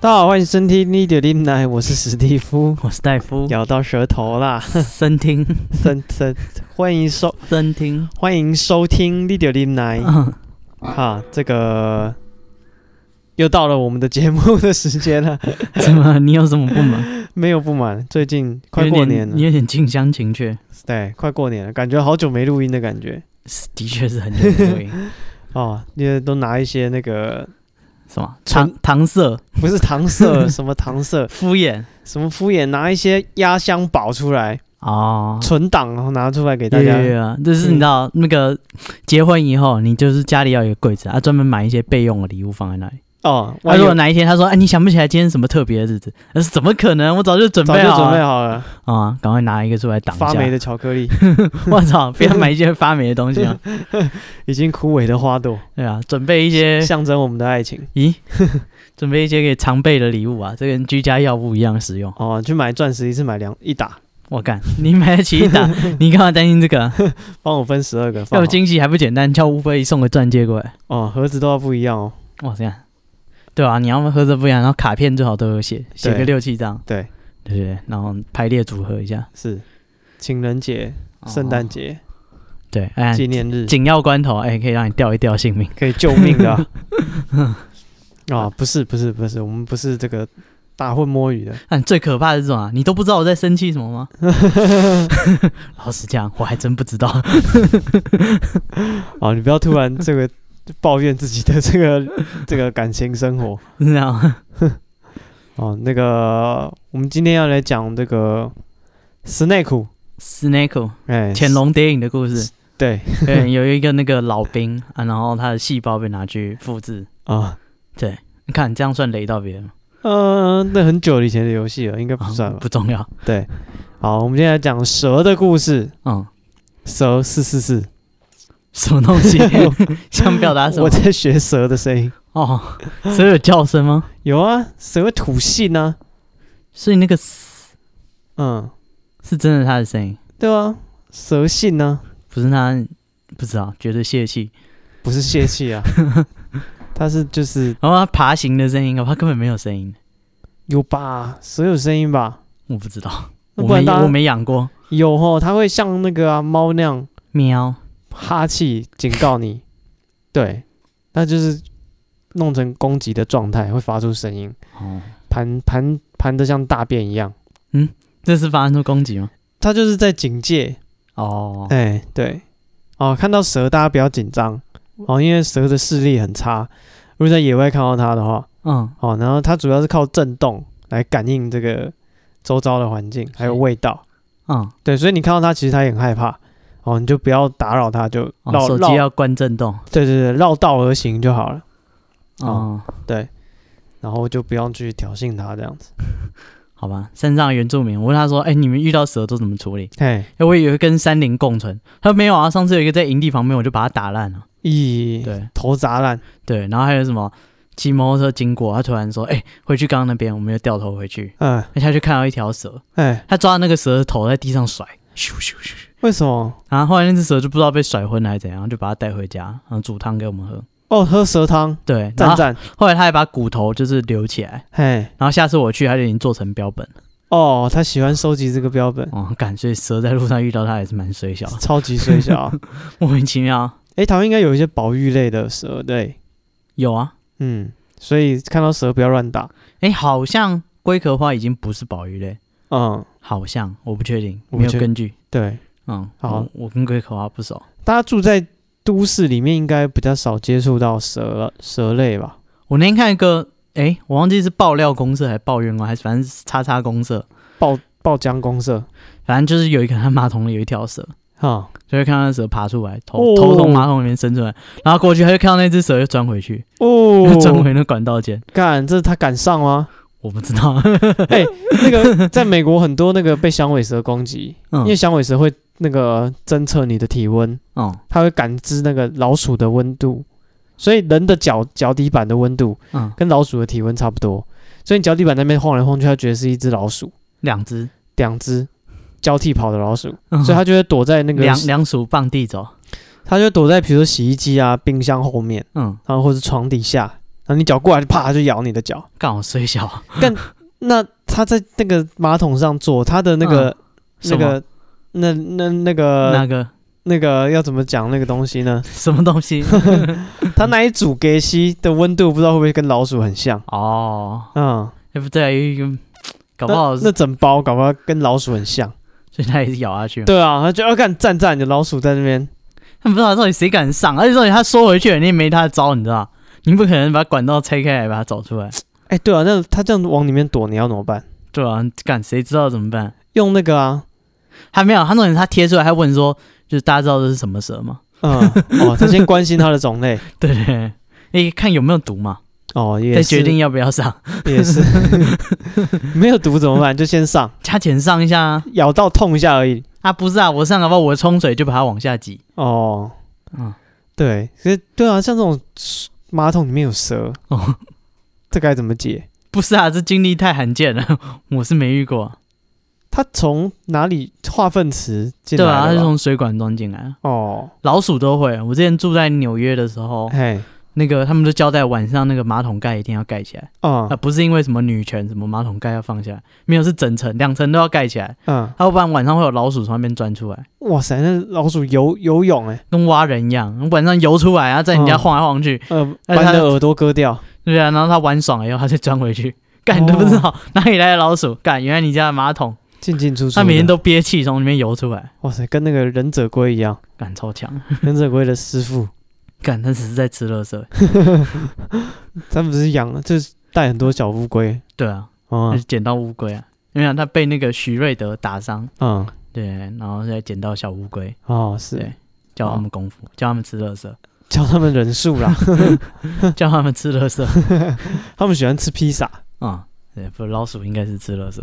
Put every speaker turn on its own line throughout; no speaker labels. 大家好，欢迎收听《你的林来》，我是史蒂夫，
我是戴夫，
咬到舌头啦，
深听，
森森，欢迎收
深听，
欢迎收听《你的林来》
嗯
哈，这个又到了我们的节目的时间了，
怎么？你有什么不满？
没有不满，最近 快
有
过
点
年
你
了，
有点近乡情怯，
对，快过年了，感觉好久没录音的感觉
是的确是很久没录 音
哦，因为都拿一些那个
什么
从
搪搪塞、
不是搪 塞什么搪塞
敷衍
什么敷衍，拿一些压箱宝出来，
哦。
存档然后拿出来给大
对
家，嗯
对啊，就是你知道那个结婚以后，你就是家里要有一个柜子啊，专门买一些备用的礼物放在那里。
哦，
啊，
万一
如果哪一天他说，哎，你想不起来今天什么特别的日子？那是怎么可能？我早就准
早
备
就
好
准备
了
好了，
啊，赶快拿一个出来挡一
发霉
下。
的巧克力，
我操，不要买一些发霉的东西 啊！
已经枯萎的花朵，
对啊，准备一些
象征我们的爱情。
咦，准备一些给常备的礼物啊，这跟居家药物一样实用。
哦，去买钻石一次买两一打，
我干，你买得起 一打，你干嘛担心这个啊？
帮我分十二个
要
放
有
好。
惊喜还不简单，叫乌龟送个钻戒过来。
哦，盒子都要不一样哦。
哇，这样，对啊，你要么盒子不一样，然后卡片最好都有写，写
对
个六七张，
对，
对不对？然后排列组合一下。
是情人节、
哦
圣诞节、
对，哎，
纪念日，
紧要关头，哎，可以让你吊一吊性命。
可以救命的 啊。哦，不是不是不是，我们不是这个大混摸鱼的。
但最可怕的是什么啊？你都不知道我在生气什么吗？ 老实讲，我还真不知道。
哦，你不要突然这个抱怨自己的这个 这个感情生活。
是这样吗，
哦，那个我们今天要来讲这个 Snake，
s n a k e
哎，
乾隆谍影的故事。
对
对，有一个那个老兵啊，然后他的细胞被拿去复制。
啊。
对，你看你这样算雷到别人吗？
呃，那很久以前的游戏了，应该不
啊
算吧。
不重要。
对，好，我们今天来讲蛇的故事。
嗯，
蛇四四四，
什么 东西？想表啊达什么
我？在学蛇的声音。
哦，所以有叫声吗？
有啊，蛇会吐信啊。
所以那个嘶
嗯，
是真的他的声音，
对啊，蛇信啊呢、
不是他不知道，觉得泄气。
啊，不是泄气 啊，它是就是
然后他爬行的声音，他根本没有声音，
有吧，蛇有声音吧？
我不知道，
那
我
不然
没
大
我
家
没养过。
有哦，它会像那个啊猫那样
喵，
哈气警告你。对，那就是弄成攻击的状态，会发出声音，
哦，
盘盘盘的像大便一样。
这是发生出攻击吗？
他就是在警戒，
哦，
哎、对，哦，看到蛇大家不要紧张，哦，因为蛇的视力很差，如果在野外看到它的话，
嗯，
哦，然后它主要是靠震动来感应这个周遭的环境还有味道，
嗯，
对，所以你看到它其实它也很害怕，哦，你就不要打扰它，就
哦
绕
手
绕、
机要关震动。
对对对，绕道而行就好了，
哦，
然后就不要去挑衅它这样子，
好吧，山上的原住民，我问他说：“哎、你们遇到蛇都怎么处理
嘿，？”
哎、我以为跟山林共存。他说：“没有啊，上次有一个在营地旁边，我就把它打烂了。
一
对
头砸烂，”
对，然后还有什么骑摩托车经过，他突然说：“哎、回去刚刚那边，我们就掉头回去。
嗯，”
他下去看到一条蛇，
哎，
他抓那个蛇的头在地上甩，咻咻咻。
为什么？
然后后来那只蛇就不知道被甩昏了还是怎样，就把它带回家，然后煮汤给我们喝。
哦，喝蛇汤，
对，然
赞
后
赞，哎
后来他还把骨头就是留起来，
嘿。
然后下次我去他就已经做成标本了。
哦，他喜欢收集这个标本，
哦，感所以蛇在路上遇到他也是蛮水小的，
超级水小。
莫名其妙。
诶，台湾应该有一些保育类的蛇，对，
有啊，
嗯，所以看到蛇不要乱打。
哎、好像龟壳花已经不是保育类，
嗯，
好像我不确定，
我不
没有
确
根据。
对，
嗯，
好
我，我跟龟壳花不熟。
大家住在都市里面，应该比较少接触到蛇蛇类吧？
我那天看一个，哎、我忘记是爆料公社还是抱怨公，还是反正是叉叉公社，
爆爆浆公社，
反正就是有一个人他马桶里有一条蛇，
哈，
就会看到那蛇爬出来，头、
哦
头从马桶里面伸出来，然后过去他就看到那只蛇又钻回去，又钻
哦，
回那管道间。
干，这他敢上 吗？
我不知道，
那个在美国很多那个被响尾蛇攻击，因
嗯
为响尾蛇会那个侦测你的体温，
嗯
它会感知那个老鼠的温度，所以人的脚脚底板的温度
嗯，
跟老鼠的体温差不多，所以你脚底板那边晃来晃去，它觉得是一只老鼠，
两只，
两只交替跑的老鼠，
嗯
所以它就会躲在那个，
两两鼠傍地走。
它就会躲在比如说洗衣机啊、冰箱后面，
嗯
然后或是床底下，然后你脚过来就啪它就咬你的脚。
刚好虽小，
那它在那个马桶上坐，它的那个、那
嗯什么
个那那那
那
个
个
那个要怎么讲那个东西呢？
什么东 西？
它那一组给息的温度不知道会不会跟老鼠很像？
哦，
嗯，
哎不对，嗯搞不好
那那整包搞不好跟老鼠很像。
所以他也是咬下去。
对啊，他就要干站站，有老鼠在那边。
他们不知道到底谁敢上，而且到底他缩回去，你也没他的招，你知道？你不可能把管道拆开来把它找出来，
哎、对啊，那他这样往里面躲，你要怎么办？
对啊，敢谁知道怎么办？
用那个啊，
还没有，他重点是他贴出来，还问说，就是大家知道这是什么蛇吗？
嗯，哦，他先关心它的种类，
对对对，你看有没有毒嘛，
哦，也
再
是
决定要不要上，
也是， 没有毒怎么办？就先上，
加钱上一下啊！
咬到痛一下而已。
啊，不是啊，我上的话，我冲水就把它往下挤，
哦，
嗯，
对，可是对啊，像这种马桶里面有蛇，
哦，
这该怎么解？
不是啊，这经历太罕见了， 我是没遇过，
它从哪里化粪池进
对
来的
啊，
吧？
它是从水管装进来，
哦，
老鼠都会。我之前住在纽约的时候，
嘿，
那个他们就交代晚上那个马桶盖一定要盖起来。
嗯
啊，不是因为什么女权什么马桶盖要放下来，没有是整层两层都要盖起来，
嗯，
要不然晚上会有老鼠从那边钻出来，
哇塞，那老鼠游游泳哎、
跟挖人一样，晚上游出来啊，在你家晃来晃去，
呃，把
哎它
你的耳朵割掉。
对啊，然后它玩爽了以后，它再钻回去，干你都不知道、哪里来的老鼠，干原来你家的马桶，
进进出出的，
它每天都憋气从里面游出来，
哇塞，跟那个忍者龟一 样，
干超强，
忍者龟的师傅，
干它只是在吃垃圾，
他们不是养，就是带很多小乌龟，
对啊，
哦
它就捡到乌龟啊，因为它被那个许瑞德打伤，
嗯，
对，然后再捡到小乌龟，
哦是
对，教他们功夫，教他们吃垃圾，
教他们人数 啦，
教他们吃垃圾。
他们喜欢吃披萨。
啊、对，不，老鼠应该是吃垃圾。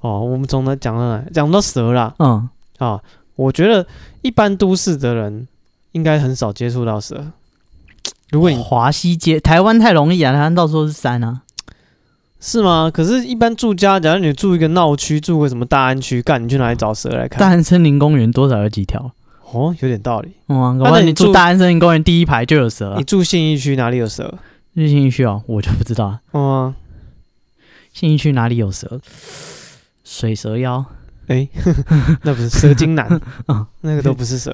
哦，我们从哪讲到哪？讲到蛇啦，
嗯，
啊、我觉得一般都市的人应该很少接触到蛇。如果你
华西街，台湾太容易啊，台湾到处都是山啊。
是吗？可是，一般住家，假如你住一个闹区，住个什么大安区，干你去哪里找蛇来
大
看？
安森林公园多少有几条？
哦，有点道理。
嗯啊，
啊
搞不好
那你
你住
住
大安森林公园第一排就有蛇、啊
你。住信义区哪里有蛇？
日新一区哦，我就不知道啊。
哦、啊，
新一区哪里有蛇？水蛇腰，
哎、 那不是蛇精 男
啊，
那个都不是 蛇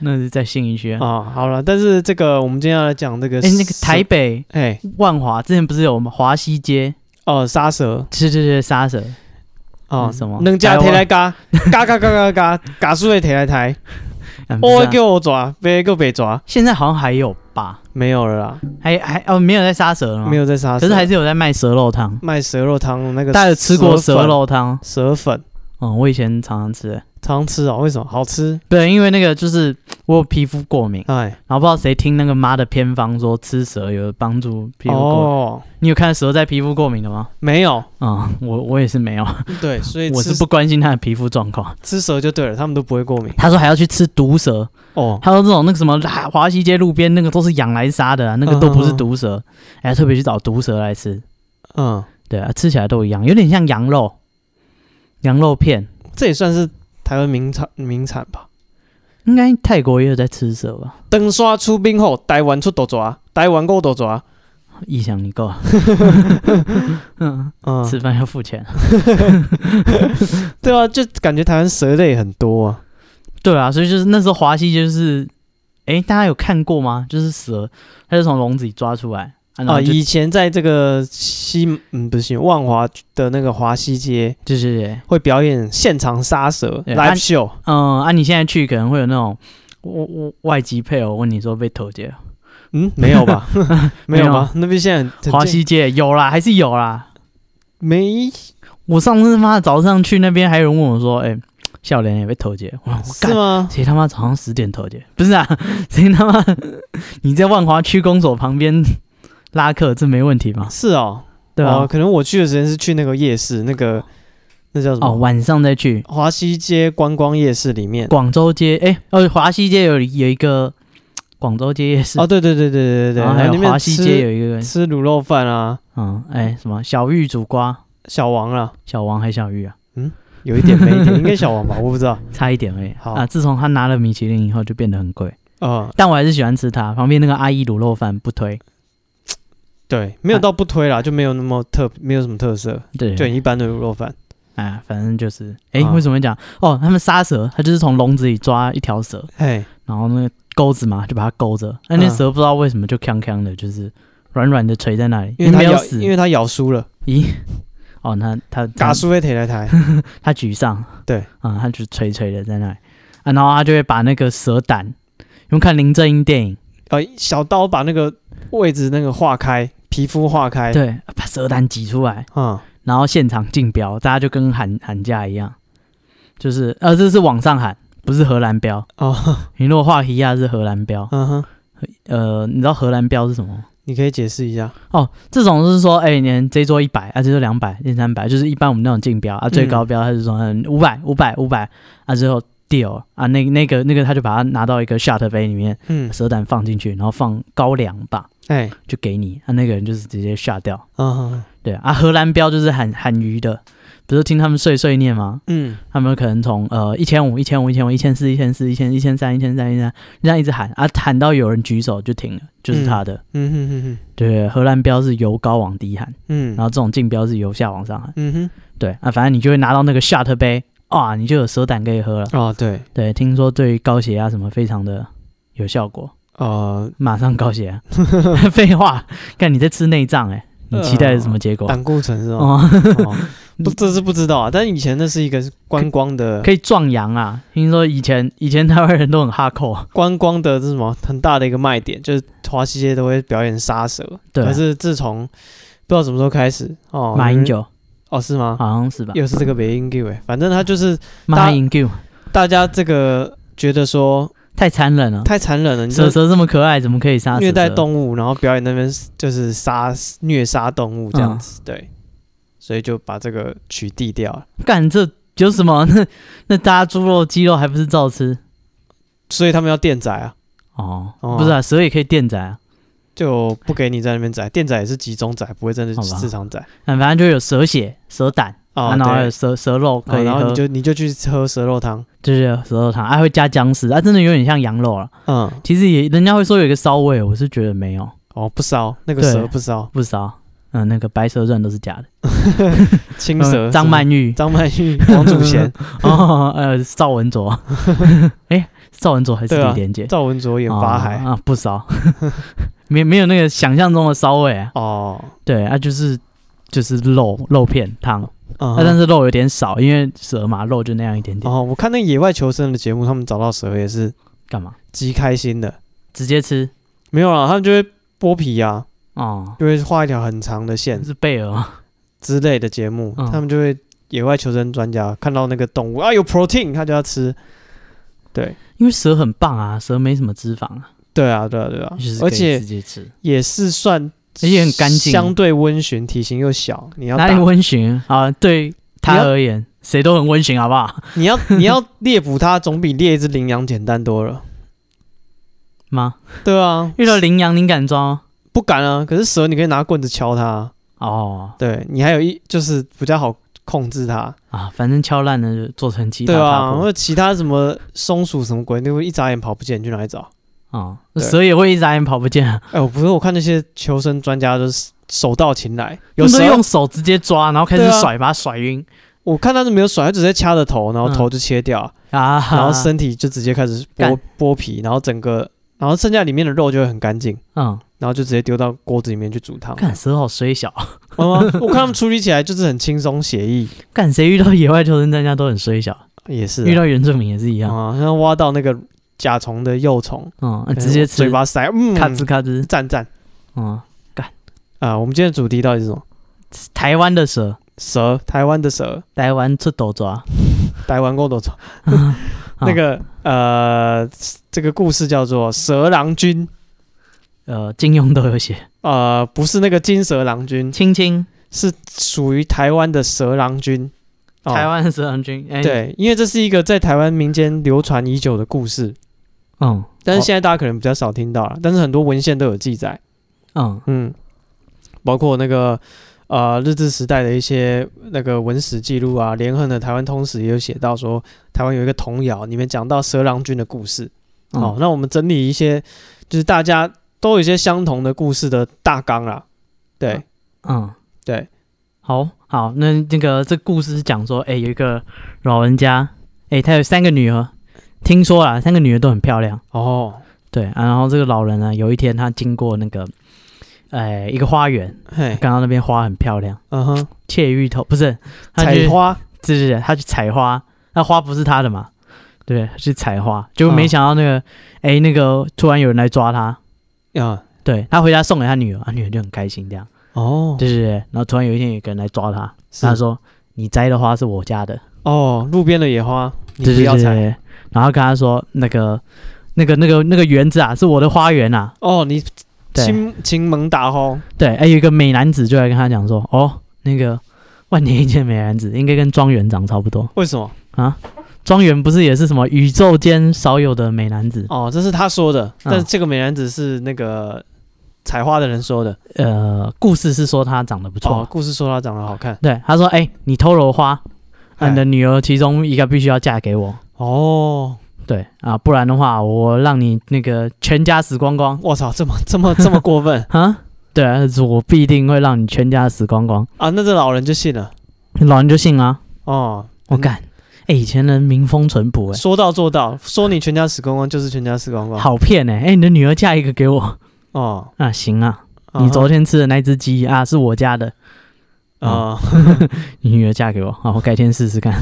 那是在新一区啊。
啊。好了，但是这个我们今天要来讲这个
哎、
蛇，
那个台北
哎、
万华之前不是有华西街？
哦，杀蛇
对对对，杀蛇。
啊，
嗯什么
能加
台
提
湾
来嘎，嘎嘎嘎嘎嘎，嘎树的提来抬，
啊不是
哦
啊
给我抓，别给我被抓，
现在好像还有吧？
没有了啦，
还还哦，没有在杀蛇了吗？
没
有，
有在杀
可
蛇，
是还是有在卖蛇肉汤。
卖蛇肉汤那个，
大家有吃过蛇
粉，
肉汤？
蛇粉
嗯，我以前常常吃，
常吃哦，为什么好吃？
对，因为那个就是我有皮肤过敏，
哎，
然后不知道谁听那个妈的偏方说吃蛇有帮助皮肤过敏。
哦，
你有看蛇在皮肤过敏的吗？
没 有，
啊、我我也是没有，
对，所以
我
吃
是不关心他的皮肤状况。
吃蛇就对了，他们都不会过敏
他说还要去吃毒蛇，
哦，
他说这种那个什么啊华西街路边那个都是养来杀的、啊，那个都不是毒蛇，哎、特别去找毒蛇来吃。
嗯，
对啊，吃起来都一样，有点像羊肉，羊肉片。
这也算是台湾名产名产吧。
应该泰国也有在吃蛇吧？
登山出兵后，台湾出毒蛇，台湾够毒蛇，
异想你 够啊，
嗯，
吃饭要付钱。
对啊，就感觉台湾蛇类很多啊。
对啊，所以就是那时候华西就是，哎，大家有看过吗？就是蛇，它就从笼子里抓出来，啊然
啊，
后就、
以前在这个西，嗯，不是西万华的那个华西街
就是，
会表演现场杀蛇
对
live
啊
show，
嗯，啊，你现在去可能会有那种我我外籍配偶问你说被偷窃，
嗯，没有 吧？没有吧？那边现在很很
华
健
西街有啦，还是有啦。
没
我上次妈的早上去那边，还有人问我说，哎，笑脸也被偷窃，我我
是啊
干。
吗？
谁他妈早上十点偷窃？不是啊，谁他妈 你在万华区公所旁边拉客，这没问题吗？
是哦，
对啊吧、
哦可能我去的时间是去那个夜市，那个那叫什
哦，
么？
晚上再去，
华西街观光夜市里面。
广州街，哎、哦，华西街有有一个广州街夜市，
哦，对对对对对对对，
然后还
那
有
边
华西
吃
街有一个，
吃卤肉饭啊，
嗯，哎、什么小玉煮瓜，
小王啊啦，
小王还小玉啊，
有一点没一点，应该小 王吧，我不知道。
差一点而已。
好
啊，自从他拿了米其林以后就变得很贵，
啊、
但我还是喜欢吃他。旁边那个阿姨卤肉饭不推，
对，没有到不推啦，就没有那么特，没有什么特色，
对
就很一般的卤肉饭。
哎，反正就是，哎、
啊
为什么会讲？哦，他们杀蛇，他就是从笼子里抓一条蛇，
嘿，
然后那个钩子嘛，就把它勾着。那那
嗯
蛇不知道为什么就锵锵的，就是软软的垂在那里，
因为
没
他
有
咬，
死
因。为他咬输了，
咦，哦，那他
嘎
他
输被铁来台。
他沮丧，
对，
啊、他就垂垂的在那里啊，然后他就会把那个蛇胆，因为看林正英电影，
呃，小刀把那个位置那个划开，皮肤划开。，
对，把蛇胆挤出来，
啊、
然后现场竞标，大家就跟喊喊价一样，就是呃，这是往上喊，不是荷兰标。
哦，
你如果画皮亚是荷兰标，
嗯哼，
呃，你知道荷兰标是什么吗？
你可以解释一下。
哦，这种就是说，哎、你这桌一百啊，这桌两百，这三百，就是一般我们那种竞标啊，最高标他就说嗯五百、五百、五百啊，最后 deal 啊，那那个那个他就把它拿到一个 shot 杯里面，
嗯，
蛇胆放进去，然后放高粱吧，
哎、
就给你啊，那个人就是直接 shot 掉。
嗯哼，
对啊，荷兰标就是喊喊鱼的，不是听他们碎碎念吗？
嗯，
他们可能从呃一千五、一千五、一千五、一千四、一千四、一千一千三、一千三、一千三这样一直喊啊，喊到有人举手就停了，就是他的。
嗯哼哼哼，
对，荷兰标是由高往低喊，
嗯，
然后这种竞标是由下往上喊。
嗯
对啊，反正你就会拿到那个 shot 杯啊，你就有蛇胆可以喝了。
哼，哦，对，
对，听说对于高血压什么非常的有效果，
呃，
马上高 血压。废话，看你在吃内脏哎、你期待是什么结果？
胆固醇是吗？
哦，
哦，不，这是不知道啊。但以前那是一个观光的，
可以壮阳啊！听说以前以前台湾人都很哈扣，
观光的这是什么很大的一个卖点，就是华西街都会表演杀蛇。
对啊
可是自从不知道什么时候开始，哦，
马英九啊
哦是吗？
好像是吧？
又是这个北英 Q 哎，反正他就是
马英九
大家这个觉得说
太残忍了，
太残忍了，你就
蛇蛇这么可爱，怎么可以杀蛇蛇？
虐待动物，然后表演那边就是杀虐杀动物这样
啊
子，对，所以就把这个取缔掉了。
干这有什么？ 那那大家猪肉、鸡肉还不是照吃？
所以他们要电宰啊，
哦，
哦
不是啊，蛇也可以电宰啊，
就不给你在那边宰，电宰也是集中宰，不会真的
好吧
市场宰
啊反正就有蛇血、蛇胆，
哦
啊然后还有
对，
蛇蛇肉可
哦
以
然后
喝，
你就你就去喝蛇肉汤，
就是有蛇肉汤，还会加姜丝，啊，真的有点像羊肉了。
嗯，
其实也人家会说有一个骚味，我是觉得没有，
哦不烧那个
对
蛇不烧，
不骚。嗯，那个白蛇传都是假的。
青蛇
嗯张 曼玉，
张曼玉王祖贤
哦，呃，赵文卓， 哎、赵文卓还是
对啊
李连杰，
赵文卓演
哦
法海
啊，不骚， 没没有那个想象中的骚味、啊，
哦，
对啊，就是就是肉肉片汤，
嗯
啊，但是肉有点少，因为蛇嘛，肉就那样一点点，
哦，我看那个野外求生的节目，他们找到蛇也是
干嘛
极开心的，
直接吃？
没有啦，他们就会剥皮啊，
哦，
就会画一条很长的线
是贝尔吗？
之类的节目，
嗯
他们就会野外求生专家看到那个动物啊有 protein，他就要吃。对，
因为蛇很棒啊，蛇没什么脂肪啊，
对啊，对啊，对啊
就是，可以
而
直
且
接吃，
也是算，
而且很干净
相对温驯，体型又小，你要
哪
打
里温驯啊？对
你
他
要
而言，谁都很温驯，好不好？
你要你要猎捕它，总比猎一只羚羊简单多了。
吗？
对啊，
遇到羚羊，你敢抓吗？
不敢啊，可是蛇你可以拿棍子敲它啊，
哦，
对你还有一就是比较好控制它。
啊，反正敲烂了就做成鸡
对
蛋
啊，
踏
或
步。
者其他什么松鼠什么鬼，那会一眨眼跑不见，你去哪里找？
啊，
对
蛇也会一眨眼跑不见啊，
哎、我不是，我看那些求生专家都是手到擒来，有
他们
蛇
都用手直接抓，然后开始
对啊
甩，把它甩晕
我看他是没有甩，他直接掐着头，然后
嗯
头就切掉，
啊，
然后身体就直接开始剥
干
剥皮，然后整个，然后剩下里面的肉就会很干净，
嗯，
然后就直接丢到锅子里面去煮汤。
干蛇好衰小，
我我看他们处理起来就是很轻松写意，
干谁遇到野外求生专家都很衰小，
也是
遇到原住民也是一样，
啊，像挖到那个甲虫的幼虫，
嗯，直接
哦嘴
吃，
巴塞，嗯，
咔吱咔吱，
赞赞
嗯，
啊！我们今天的主题到底是什么？
台湾的蛇，
蛇，台湾的 蛇，
台湾出头抓，
台湾共斗虫。
啊
那个呃，这个故事叫做《蛇郎君》，
呃，金庸都有写，
呃，不是那个金蛇郎君，
青青，
是属于台湾的蛇郎君。哦
台湾的蛇郎君，哎，，
对，因为这是一个在台湾民间流传已久的故事，
嗯
但是现在大家可能比较少听到了，但是很多文献都有记载，
嗯，
嗯，包括那个呃日治时代的一些那个文史记录啊，连横的《台湾通史》也有写到说，台湾有一个童谣，里面讲到蛇郎君的故事。哦，
哦，
那我们整理一些，就是大家都有一些相同的故事的大纲啦。啊对，
嗯，
对，
好好，那那个这故事是讲说，哎、有一个老人家，哎、他有三个女儿，听说啦，三个女儿都很漂亮，
哦，
对，啊、然后这个老人呢，有一天他经过那个，哎、一个花园，
嘿，
看到那边花很漂亮，
嗯哼，
窃芋头不是，他去
采，花，
对对对，他去采花，那花不是他的嘛，对，他去采花，结果没
嗯
想到那个，哎、那个突然有人来抓他，
啊，
对他回家送给他女儿，啊他女儿就很开心这样。
哦，
对对对，然后突然有一天有一个人来抓他，
是
他说：“你摘的花是我家的，
哦，路边的野花，你
对
不
对
要
对
采，
对。”然后跟他说：“那个、那个、那个、那个园子啊，是我的花园啊。
哦，你
对”对
亲亲蒙打吼，
哎，有一个美男子就来跟他讲说：“哦，那个万年一见美男子应该跟庄园长差不多，
为什么？
庄园不是也是什么宇宙间少有的美男子？
哦，这是他说的，但
嗯
是这个美男子是那个采花的人说的。
呃，故事是说他长得不错。
哦，故事说他长得好看，
对，他说：“哎，你偷了我花，啊你的
哎
女儿其中一个必须要嫁给我。”
哦，
对啊，不然的话，我让你那个全家死光光
我操，这么这么这么过 分
啊！对啊，我必定会让你全家死光光。
啊！那这老人就信了
老人就信啊，
哦。
我干！哎、以前人民风淳朴、哎，
说到做到，说你全家死光光就是全家死光光。
好骗哎、哎、你的女儿嫁一个给我
哦，
啊，行啊，
啊
你昨天吃的那只鸡啊是我家的，
啊，
嗯你女儿嫁给我啊，我改天试试看，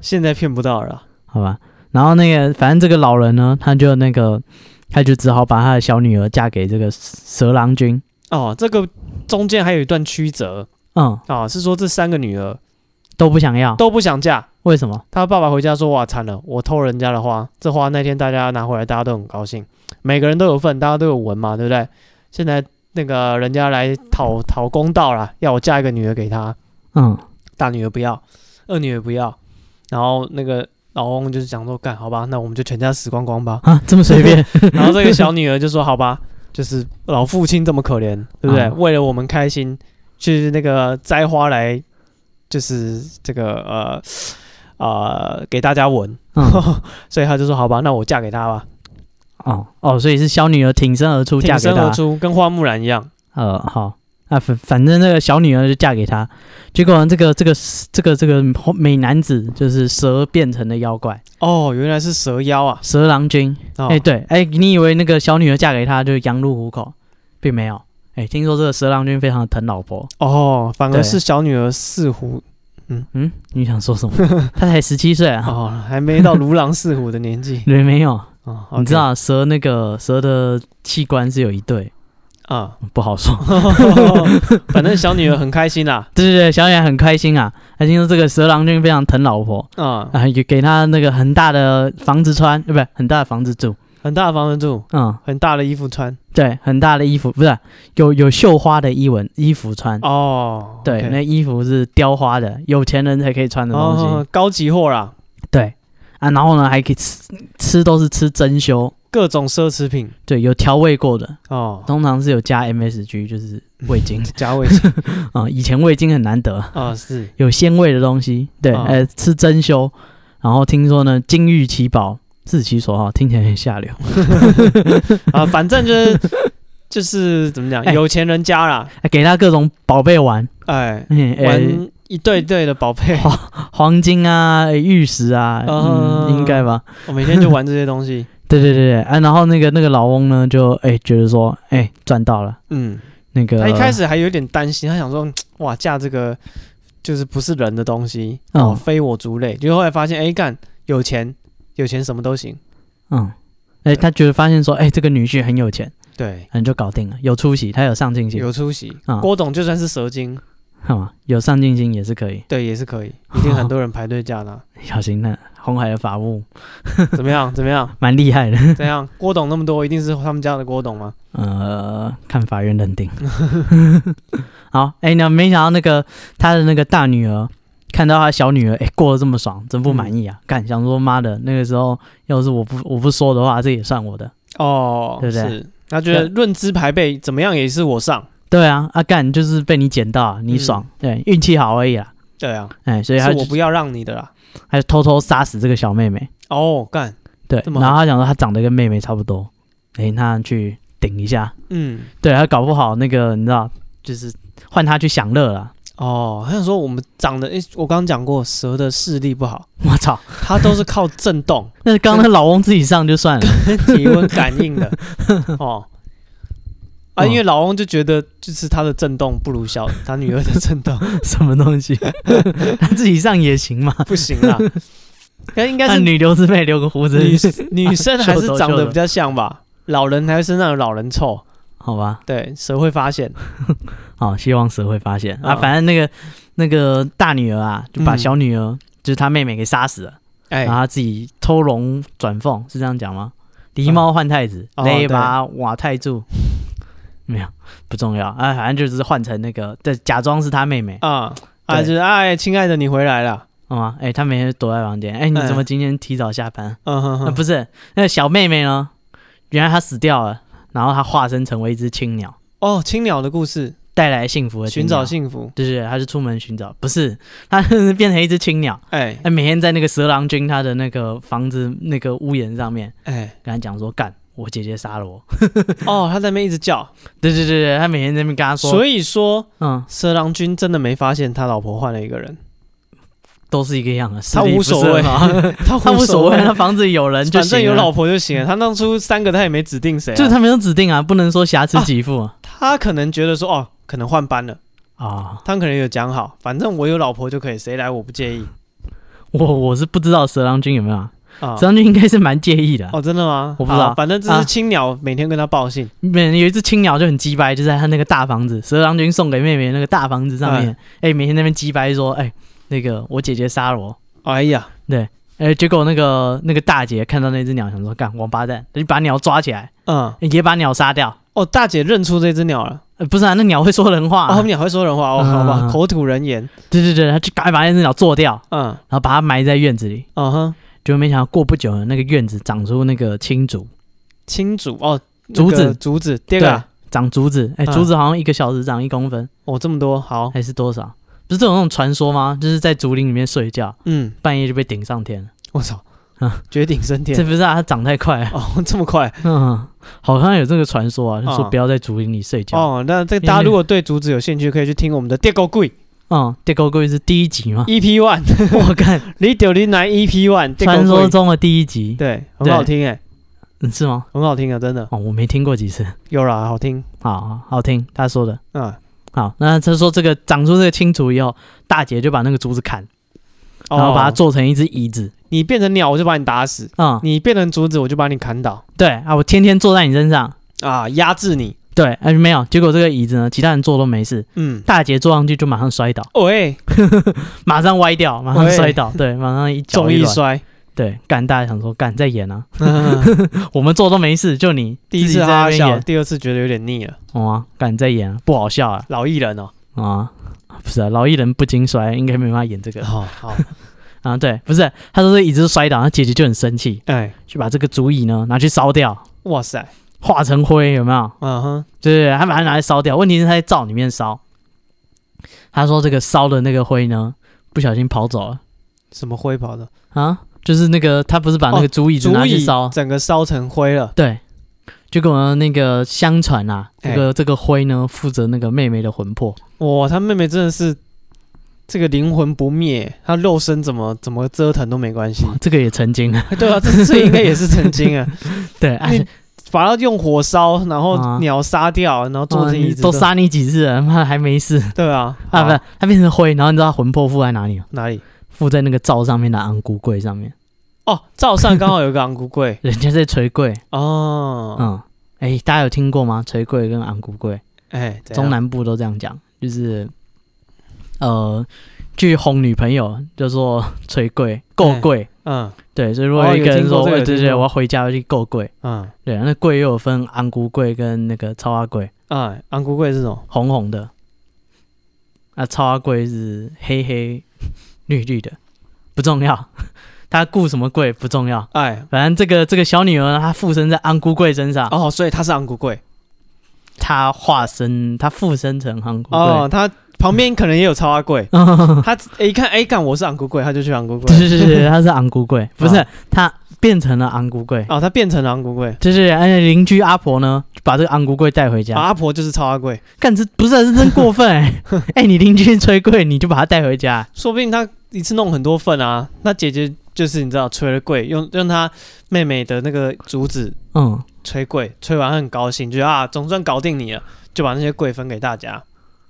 现在骗不到了啦。
好吧？然后那个，反正这个老人呢，他就那个，他就只好把他的小女儿嫁给这个蛇郎君。
哦，这个中间还有一段曲折
嗯，
啊，是说这三个女儿
都不想要，
都不想嫁。
为什么？
他爸爸回家说：“哇，惨了，我偷了人家的花。这花那天大家拿回来，大家都很高兴，每个人都有份，大家都有闻嘛，对不对？现在那个人家来讨讨公道啦，要我嫁一个女儿给他。
嗯，。
大女儿不要，二女儿不要，然后那个老翁就是讲说，干好吧，那我们就全家死光光吧
啊，这么 随便，
然后这个小女儿就说，好吧，就是老父亲这么可怜，对不对？
啊
为了我们开心，去那个摘花来，就是这个呃呃给大家闻，
嗯，
所以他就说，好吧，那我嫁给他吧，
哦哦，所以是小女儿挺身而出嫁
挺
给
身
他
而。出，跟花木兰一样。
呃，好，啊反反正那个小女儿就嫁给他，结果呢这个这个这个这个美男子就是蛇变成的妖怪，
哦，原来是蛇妖啊！
蛇郎君。
哦，
哎、对，哎、你以为那个小女儿嫁给他就是羊入虎口，并没有。哎、听说这个蛇郎君非常的疼老婆。
哦，反而
对
是小女儿似乎
嗯，你想 说什么？他才十七岁啊，
哦，还没到如狼似虎的年 纪
对，没有。
哦，
你
OK
知道蛇那个蛇的器官是有一对，
啊，
不好说。
反正小女儿很开心啦。
对对对，小女孩很开心啊，她听说这个蛇郎君非常疼老婆。
啊，
啊，也给他那个很大的房子穿，呃，不是很大的房子住，
很大的房子住，
嗯，
很大的衣服穿。
对，很大的衣服，不是有有绣花的衣纹衣服穿，
哦，
对
OK
那衣服是雕花的，有钱人才可以穿的东西，
哦，高级货啦，
对啊，然后呢还可以吃吃都是吃珍馐，
各种奢侈品。
对，有调味过的，
哦，
通常是有加 MSG，就是味精
假尾气
啊、以前味精很难得，
啊，是
有鲜味的东西，对，
哦
呃，吃珍馐，然后听说呢金玉其宝，自其所好，听起来很下流。
啊，反正就是就是怎么 讲，
哎
有钱人家啦，
还给他各种宝贝玩，
哎，
嗯，哎
玩一对对的宝 贝，
黄黄金啊、呃玉石啊，
啊
嗯，应该吧？
我每天就玩这些东西。
对对对对，啊，然后那个那个老翁呢，就哎、觉得说，哎、赚到了。
嗯，
那个
他一开始还有点担心，他想说，哇，嫁这个就是不是人的东西，
嗯
哦，非我族类。结果后来发现，哎，干有钱，有钱什么都行。
嗯，哎、他觉得发现说，哎、这个女婿很有钱，
对，
嗯，就搞定了，有出息，他有上进心，
有出息。
啊
郭董就算是蛇精，
好吗？有上进心也是可以。
对，也是可 以，一定很多人排队嫁 他。
小心那红海的法务
怎么样？怎么样？
蛮厉害的，
怎样？郭董那么多，一定是他们家的郭董吗？
呃，看法院认定。 好，哎、那没想到那个他的那个大女儿看到他小女儿，哎、过得这么爽，真不满意
嗯
啊！干、想说妈的，那个时候要是我不我不说的话，这也算我的。
哦，
对不对
是，他觉得论资排辈，怎么样也是我上。
对啊，啊干就是被你捡到、啊，你爽，对，运气好而已啦。
对啊，
哎、所以他
嗯是
就
我不要让你的啦。
还偷偷杀死这个小妹妹，
哦，干，
对，
这么
然后
好
他想说他长得跟妹妹差不多，哎、那去顶一下。
嗯，
对他搞不好那个你知道，就是换他去享乐了。
哦，他想说我们长得，诶，我刚刚讲过，蛇的视力不好，
我操，
它都是靠震 动
那刚刚那老翁自己上就 算了。
跟体温感应 的。哦，啊，
哦
因为老翁就觉得，就是他的震动不如小他女儿的震 动，
什么东 西？他自己上也行嘛？
不行啦。那应该
那
是
女流之辈留个胡子，
女女生还是
秀逗
长
秀
得
逗
比较像吧，老人还是身上有老人臭，
好吧？
对，蛇会发现。
好，希望蛇会发现啊。
嗯
反正那个那个大女儿啊，就把
嗯
小女儿、就是她妹妹给杀死了，
哎、
然后她自己偷龙转凤，是这样讲吗？狸猫换太子，
哦
勒把瓦太柱，没有不重要啊，反正就只是换成那个，对，假装是她妹妹，
啊啊，
对
就是哎，亲爱的，你回来了。
好吗？哎，她每天躲在房间，哎，你
哎
怎么今天提早下班？
嗯哼
那
哼，
不是，那个小妹妹呢？原来她死掉了，然后她化身成为一只青鸟，
哦，青鸟的故事，
带来幸福的青
寻
鸟
找。幸福。
对对，对她是出门寻找，不是，她是变成一只青鸟，
哎
她每天在那个蛇郎君他的那个房子那个屋檐上面
哎，
跟他讲说，干，我姐姐杀了我。
哦，他在那边一直叫，
对对对对，她每天在那边跟他说，
所以说
嗯，
蛇郎君真的没发现他老婆换了一个人，
都是一个样的，
他无所谓
他
他
无所谓，他
他
房子里有人就
反正
行
有
了
老。婆就行了。他当初三个他也没指定谁啊、
就是他没有指定啊，不能说瑕疵给付啊。
他可能觉得说，哦，可能换班了，
啊
他可能有讲好，反正我有老婆就可以，谁来我不介意
我我是不知道蛇郎君有没有啊，
啊
蛇。郎君应该是蛮介意的啊、
哦，真的吗？
我不知道
好反正这
啊
只青鸟每天跟他报信。
每有一只青鸟就很鸡掰，就在他那个大房子，蛇郎君送给妹妹那个大房子上面，哎、每天那边鸡掰说，哎、那个我姐姐杀了我，
哎呀，
哎、结果那个那个大姐看到那只鸟，想说干王八蛋，就把鸟抓起来，哎
嗯，
也把鸟杀掉。
哦，大姐认出这只鸟了。
呃，不是啊，那鸟会说人话、
哦，他们俩会说人话哦，好吧，
嗯
口吐人言。
对对对，他就赶快把那只鸟做掉，
嗯，
然后把它埋在院子里。
嗯哼，
结果没想到过不久呢，那个院子长出那个青竹，
青竹哦，
竹子
那个竹子，第二个啊，
长竹子，哎、
嗯
竹子好像一个小时长一公分，
哦，这么多，好，
还是多少？不是这种那种传说吗？就是在竹林里面睡觉，
嗯，
半夜就被顶上天了。
我操
啊，
绝顶升
这
天，
不是啊，它长太快了。
哦，这么快，
嗯，好像有这个传说啊，就说
嗯
不要在竹林里睡觉。
哦，那这大家如果对竹子有兴趣，可以去听我们的《电狗 贵？
嗯，地沟龟是第一集嘛
EP One，
我看
李九零男 EP One，电
传
狗
说
贵，
中的第一集，
对，很好听哎，
嗯是吗？
很好听啊，真的，
哦，我没听过几次。
有啦，好听，
好好好听他说的。
嗯，
好，那他说这个长出这个青竹以后，大姐就把那个竹子砍，然后把它
哦，
做成一只椅子。
你变成鸟，我就把你打死；
嗯，
你变成竹子，我就把你砍倒
对啊，我天天坐在你身上。
啊，压制你，
对，哎、没有，结果这个椅子呢，其他人坐都没事，
嗯，
大姐坐上去就马上摔倒，
喂，
马上歪掉，马上
喂
摔倒，对，马上一脚
重一
软
摔，
对，干大家想说干在演啊，
嗯
我们做都没事，就你
第一
自己
次
在
哈
那
哈
边
笑，
演，
第二次觉得有点腻了，
哦啊，敢在演啊，不好笑啊
老艺人哦，
啊，不是啊，老艺人不经摔，应该没办法演这个
好哦 好，
啊，对，不是，他说这椅子摔倒，他姐姐就很生气，
哎，
就把这个竹椅呢拿去烧掉，
哇塞。
化成灰，有没有？
嗯哼，
对对对，他把它拿来烧掉，问题是他在灶里面烧，他说这个烧的那个灰呢，不小心跑走了
什么灰跑的？
啊，就是那个他不是把那个
哦
竹椅子
足
拿去
以
烧，
整个烧成灰了。
对，结果呢，那个相传啊，这
哎
个、这个灰呢，负责那个妹妹的魂魄，
哇，他妹妹真的是这个灵魂不灭，她肉身怎么怎么折腾都没关系。
这个也曾经
对啊，这这应该也是曾经 啊，
对，哎
你、把它用火烧，然
啊
后鸟杀掉，然后做
哦
成椅
你
子
都。杀你几次 了，妈还没事
对啊，
啊？不
好
是，他变成灰，然后你知道他魂魄附在哪里吗？
哪里？
附在那个灶上面的昂古柜上面，
哦，灶上刚好有个昂古 柜
人家在捶柜，
哦。
嗯，哎、大家有听过吗？捶柜跟昂古柜，
哎，怎样
中南部都这样讲，就是呃，去哄女朋友就说捶柜、够
哎
柜。
嗯
对，所以如果
哦
有一
有
个人
听过
说，
这个
哎
有
对
听
对，
过
我要回家要去够柜，
嗯
对，那柜又有分安菇柜跟那个超阿柜，
哎，昂古柜是什么？
红红的。啊，超阿柜是黑黑 绿绿的，不重要。 他雇什么柜不重要，
哎
反正这个这个小女儿呢，她附身在安菇柜身上，
哦，所以它是昂古柜
她化身，她附身成安菇柜。。
哦，它旁边可能也有超阿柜
哦，
他哎一看哎，干我是昂古柜，他就去昂古柜
对。对对对，她是安菇柜，不是她变成了安菇柜。
哦，他变成了昂古柜。
就是哎，邻居阿婆呢，就把这个昂古柜带回
啊
家。
阿婆就是超阿贵，
干这不是啊这真过分哎、欸！ 哎、你邻居吹柜，你就把它带回家，
说不定她一次弄很多份啊。那姐姐就是你知道捶了柜，用用她妹妹的那个竹子
嗯，
捶柜，捶完她很高兴，觉得啊总算搞定你了，就把那些柜分给大家。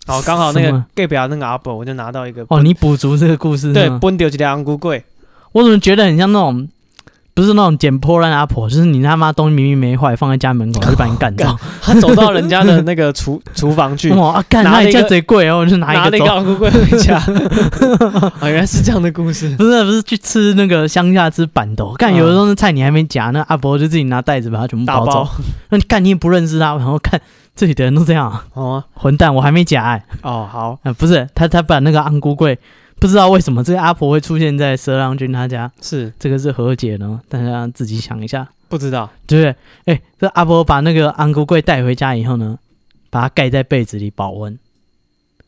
好，刚好那
什
个
么
gay 表那个阿伯，我就拿到一个
哦，你补足这个故事是嗯
对
吗，
崩丢几条昂菇柜，
我怎么觉得很像那种，不是那种捡破烂阿婆，就是你他妈东西明明没坏，放在家门 口，他就把你干掉。
他走到人家的那个厨 厨房去，
哇啊，干，
拿
那
了
你
一个
家贼贵哦，我就拿
拿
一
了
个
一个
走。
昂菇柜回家。 啊，原来是这样的故事。
不是不是，去吃那个乡下吃板豆，干
嗯
有的时候那菜你还没夹，那阿婆就自己拿袋子把它全部
打
包
包
走。那你干你也不认识他，然后看这里的人都这样啊，
哦
混蛋，我还没夹哎、
哦好，
啊不是，他他把那个安菇柜，不知道为什么这个阿婆会出现在蛇郎君他家，
是
这个是和解呢？大家自己想一下。
不知道
对不对？哎、这阿婆把那个安菇柜带回家以后呢，把它盖在被子里保温，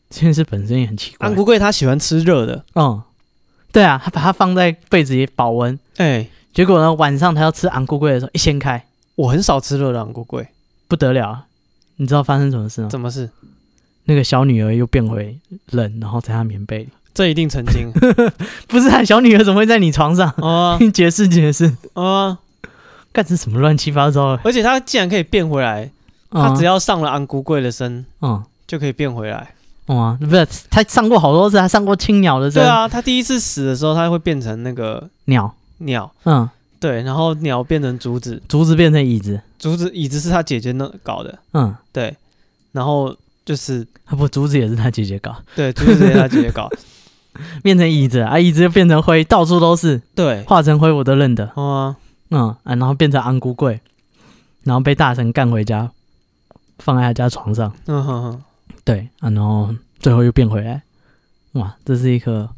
这件事本身也很奇怪。
安菇贵他喜欢吃热的，
嗯，对啊，他把它放在被子里保温，
哎、
结果呢，晚上他要吃安菇柜的时候，一掀开，
我很少吃热的安菇贵，
不得了啊，你知道发生什么事吗？
怎么是？
那个小女儿又变回人，然后在她棉被里。
这一定曾经
不是啊，小女儿怎么会在你床上？
啊
你解释解释，
啊！
干这什么乱七八糟的？
而且他既然可以变回来，他只要上了安菇贵的身
嗯
就可以变回来。
嗯啊，不是，他上过好多次，他上过青鸟的
对
针，
啊，他第一次死的时候，他会变成那个
鸟，
鸟，
嗯，
对，然后鸟变成竹子，
竹子变成椅子，
竹子椅子是他姐姐那搞的，
嗯，
对，然后就是
啊不，竹子也是他姐姐搞，
对竹子也是他姐姐搞，
变成椅子啊，椅子又变成灰，到处都是，
对，
化成灰我都认得，
啊，
嗯啊，然后变成安菇柜，然后被大神干回家，放在他家床上，
嗯哼哼，
对啊，然后最后又变回来，哇，这是一个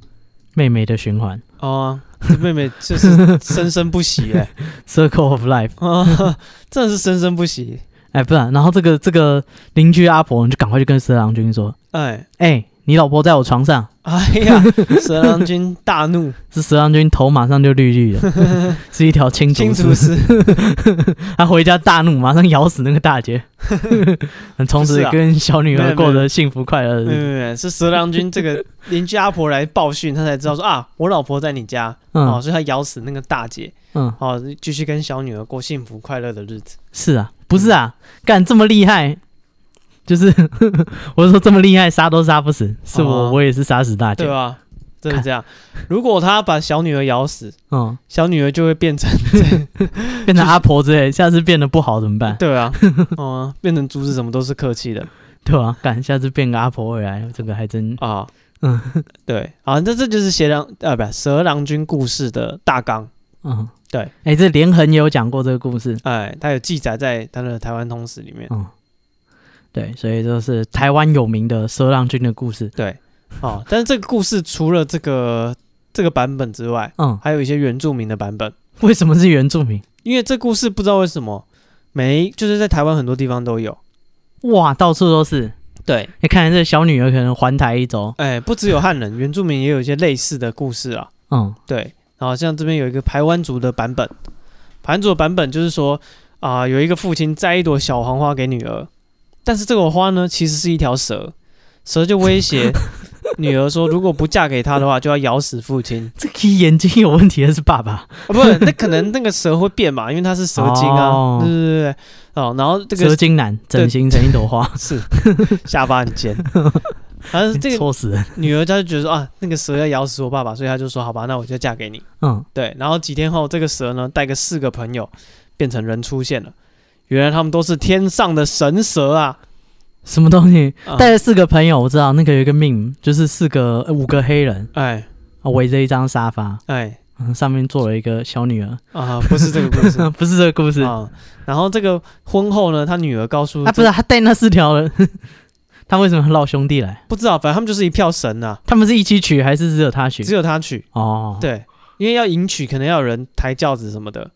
妹妹的循环
哦、这妹妹就是生生不息哎、
，circle of life，
啊，真的是生生不息，
哎，不然，然后这个这个邻居阿婆你就赶快去跟蛇郎君说，
哎，
哎、你老婆在我床上。
哎呀，蛇郎君大怒，
是蛇郎君头马上就绿绿的， 是一条青
清
竹
除
丝。
师，
他回家大怒，马上咬死那个大 姐，从
不
此
是啊
跟小女
没
儿
有
过得幸福快乐的日
没有
子。
没有没有，是蛇郎君这个邻居阿婆来报讯，他才知道说啊，我老婆在你家，哦，
嗯
所以他咬死那个大姐，
嗯，
哦，继续跟小女儿过幸福快乐的日子。
是啊，不是啊，干这么厉害，就是 我是说这么厉害，杀都杀不死，是我、
哦
我也是杀死大姐
对。啊吧？真的这样。如果他把小女儿咬死，
嗯，
小女儿就会变成
变成阿婆之类，下次变得不好怎么办？
对啊，哦、变成竹子什么都是客气的
对吧、干下次变个阿婆回来，这个还真
啊。
嗯，
对啊，那这就是邪狼呃，不蛇郎君故事的大纲。
嗯
对
哎、这连横也有讲过这个故事。
哎，他有记载在他的《台湾通史》里面。
嗯，对，所以就是台湾有名的蛇郎君的故事。
对，哦，但是这个故事除了这个这个版本之外，
嗯，
还有一些原住民的版本，
为什么是原住民？
因为这故事不知道为什么没就是在台湾很多地方都有。
哇，到处都是。
对，
你看这小女儿可能环台一周，
哎，不只有汉人，原住民也有一些类似的故事啊。
嗯
对，然后像这边有一个台湾族的版本，台湾族的版本就是说啊、有一个父亲摘一朵小黄花给女儿，但是这朵花呢其实是一条蛇，蛇就威 胁女儿说，如果不嫁给他的话，就要咬死父亲。
这个眼睛有问题的是爸爸，
啊，不，那可能那个蛇会变嘛，因为它是蛇精啊，
哦
对对对对，哦，然后这
蛇
个
精男整形成一朵花，
是下巴很 尖。然后 这个
戳死人。
女儿她就觉得说啊，那个蛇要咬死我爸爸，所以她就说好吧，那我就嫁给你。
嗯，
对，然后几天后，这个蛇呢带个四个朋友变成人出现了。原来他们都是天上的神蛇啊！
什么东西？
啊
带了四个朋友，我知道那个有一个命，就是四个、呃五个黑人
哎
啊围着一张沙发，
哎
嗯，上面坐了一个小女儿。
啊，不是这个故事
不是这个故事啊，
啊。然后这个婚后呢，他女儿告诉
不是啊他带那四条人， 他为什么捞兄弟来？
不知道，反正他们就是一票神啊，
他们是一起娶还是只有他娶？
只有他娶。
哦，，
对，因为要迎娶，可能要有人抬轿子什么的，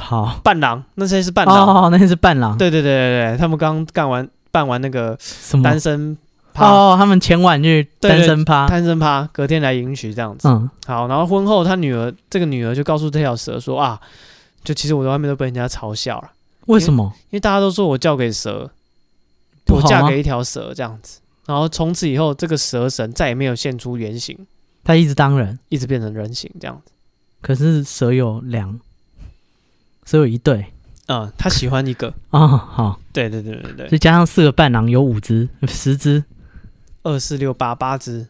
好，
伴郎那些是伴郎。
哦，那是伴郎，
对对对对对，他们刚干完办完那个
什么
单？身趴，
嗯哦，他们前晚去
对对
单身趴，
单身趴，隔天来迎娶这样子。
嗯，
好，然后婚后他女儿，这个女儿就告诉这条蛇说啊，就其实我在外面都被人家嘲笑了，
为什么？
因为大家都说我嫁给蛇，
不
我
好
嫁
吗
给一条蛇这样子，然后从此以后这个蛇神再也没有现出原形，
他一直当人，
一直变成人形这样子。
可是蛇有两，蛇有一对
嗯，他喜欢一 个，
啊、哦，好，
对对对对对，
所以加上四个伴郎有五只，十只，
二四六八八只，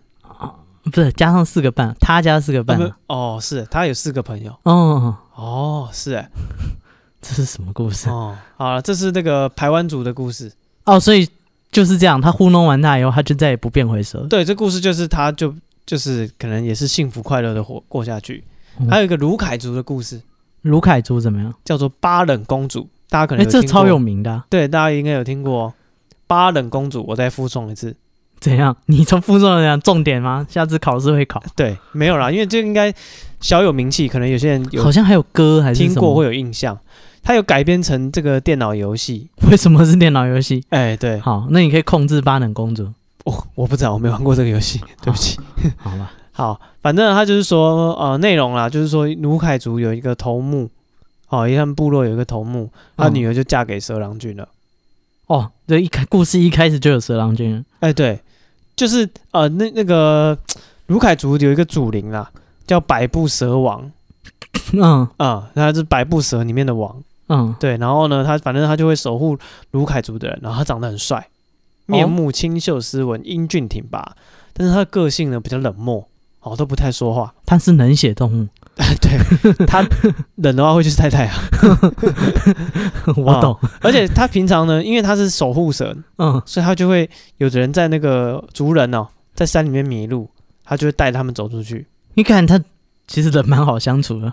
不是加上四个伴，他加四个
啊
伴
不
郎。
哦，是他有四个朋友，
哦，
哦，是哎，
这 是什么故事？
哦，好了，这是那个排湾族的故事，
哦，所以就是这样，他糊弄完他以后，他就再也不变回蛇。
对，这故事就是他就就是可能也是幸福快乐的活过下去
嗯。
还有一个卢凯族的故事，
卢凯族怎么样？
叫做巴冷公主，大家可
哎、
能有
这
听
超
过
有名的啊、
对，大家应该有听过、哦。巴冷公主，我再附送一次。
怎样？你从附送讲重点吗？下次考试会考，
对，没有啦，因为这应该小有名气，可能有些人有
好像还有歌还是
听
什
过
么
会有印象。它有改编成这个电脑游戏，
为什么是电脑游戏？
哎、对，
好，那你可以控制巴冷公主，
我我不知道，我没玩过这个游戏，对不起。
好吧？
好，反正他就是说，呃，内容啦，就是说努凯族有一个头目，哦，一他们部落有一个头目，他
嗯
女儿就嫁给蛇郎君了。
哦，这一开故事一开始就有蛇郎君了，
哎、对，就是呃，那那个卢凯族有一个祖灵啦，叫百步蛇王
嗯
啊、他是百步蛇里面的王。啊
嗯，
对，然后呢，他反正他就会守护卢凯族的人，然后他长得很帅，面目清秀斯文，英俊挺拔，但是他的个性呢比较冷漠，哦，都不太说话。
它是冷血动物，
对他冷的话会去晒太阳，
我懂，
而且他平常呢，因为他是守护神，
嗯
所以他就会有的人在那个族人哦，在山里面迷路，他就会带他们走出 去。
你看它其实人蛮好相处的，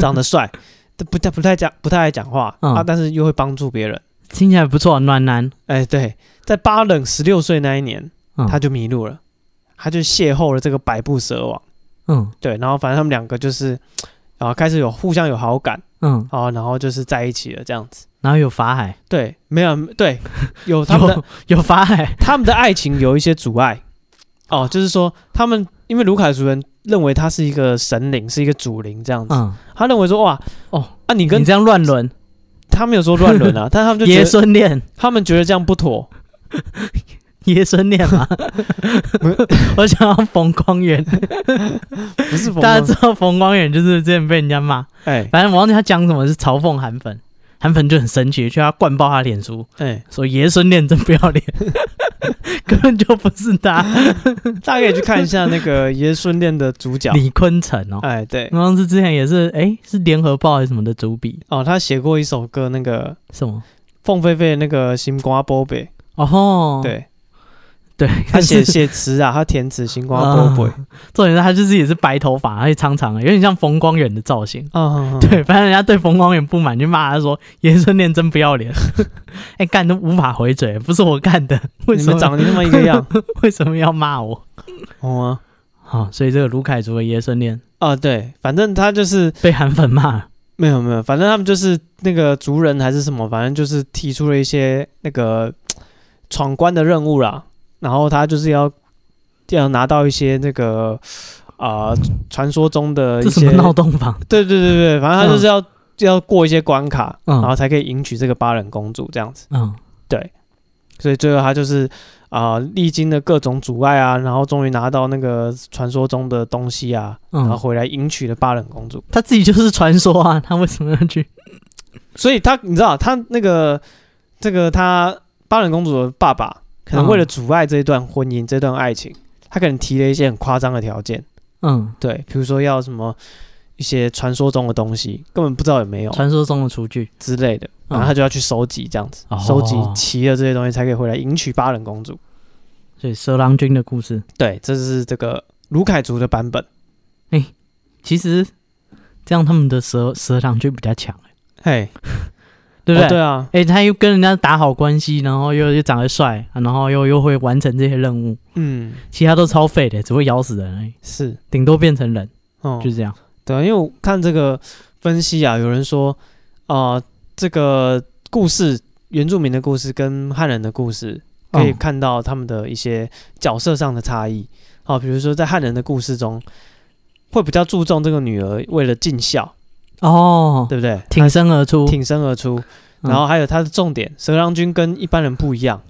长得帅，但不太不太讲不太爱讲话、
嗯
啊，但是又会帮助别人。
听起来不错，暖男，
哎，对，在巴冷十六岁那一年，
嗯，
他就迷路了，他就邂逅了这个百步蛇王。
嗯
对，然后反正他们两个就是啊，开始有互相有好感
嗯，
啊，然后就是在一起了这样子。
然后有法海，
对，没有对，有他们的
有有法海，
他们的爱情有一些阻碍哦，就是说他们因为卢凯族人认为他是一个神灵，是一个主灵这样子，
嗯，
他认为说哇
哦，
啊你
你
跟
这样乱伦，
他没有说乱 伦啊，但他们就觉
爷
得
孙恋，
他们觉得这样不妥，
爷孙恋嘛， 我想要嗯冯光远，
不是
大家
冯
知道冯光远就是之前被人家骂，
哎
反正我忘记他讲什么，是嘲讽韩粉，韩粉就很生气，就要灌爆他脸书，
哎，
说爷孙恋真不要脸， 根本就不是他，
大家可以去看一下那个爷孙恋的主 角，
李坤城哦，
哎对
好像是之前也是，哎，是联合报还是什么的主笔，
哦，他写过一首歌，那个
什么？
凤飞飞的那个《星光波贝》，
哦吼，
对
对，
他写
是
写词啊，他填词《星光波贝》
啊 重点是他就是也是白头发，而且长长的，有点像冯光远的造型。
啊，
对，反正人家对冯光远不满，就骂他说爷孙恋真不要脸， 哎，干都无法回嘴，不是我干的， 为
你
什
们
么
长得那么一个样，
为什么要骂我？
哦啊
好、所以这个卢凯族的爷孙恋
啊对，反正他就是
被韩粉骂了，
没有没有，反正他们就是那个族人还是什么，反正就是提出了一些那个闯关的任务啦。然后他就是要要拿到一些那个啊、传说中的一
这什
些
么，闹洞房？
对对对对，反正他就是要、要过一些关卡，
嗯
然后才可以迎娶这个巴冷公主这样子。
嗯，
所以最后他就是啊、历经了各种阻碍啊，然后终于拿到那个传说中的东西啊，
嗯
然后回来迎娶了巴冷公主。
他自己就是传说啊，他为什么要去？
所以他，你知道，他那个这个他巴冷公主的爸爸，可能为了
嗯
阻碍这一段婚姻、这段爱情，他可能提了一些很夸张的条件，
嗯，
对，比如说要什么一些传说中的东西，根本不知道有没有
传说中的厨具，
之类的，然后他就要去收集这样子，
哦
收集齐了这些东西才可以回来迎娶巴冷公主。
所以蛇郎君的故事
对，这是这个卢凯族的版本，
其实这样他们的蛇蛇郎君比较强、欸，
嘿，
对不对？
哦对啊，
哎、他又跟人家打好关系，然后又又长得帅，啊然后又又会完成这些任务，
嗯，
其他都超废的，只会咬死人而已，
是，
顶多变成人，
哦，
就是这样。
对啊，因为我看这个分析啊，有人说啊、呃这个故事原住民的故事跟汉人的故事，可以
嗯
看到他们的一些角色上的差异。好、比如说在汉人的故事中，会比较注重这个女儿为了尽孝，
哦，
对不对？
挺身而出，
挺身而出，
嗯
然后还有它的重点，蛇郎君跟一般人不一样，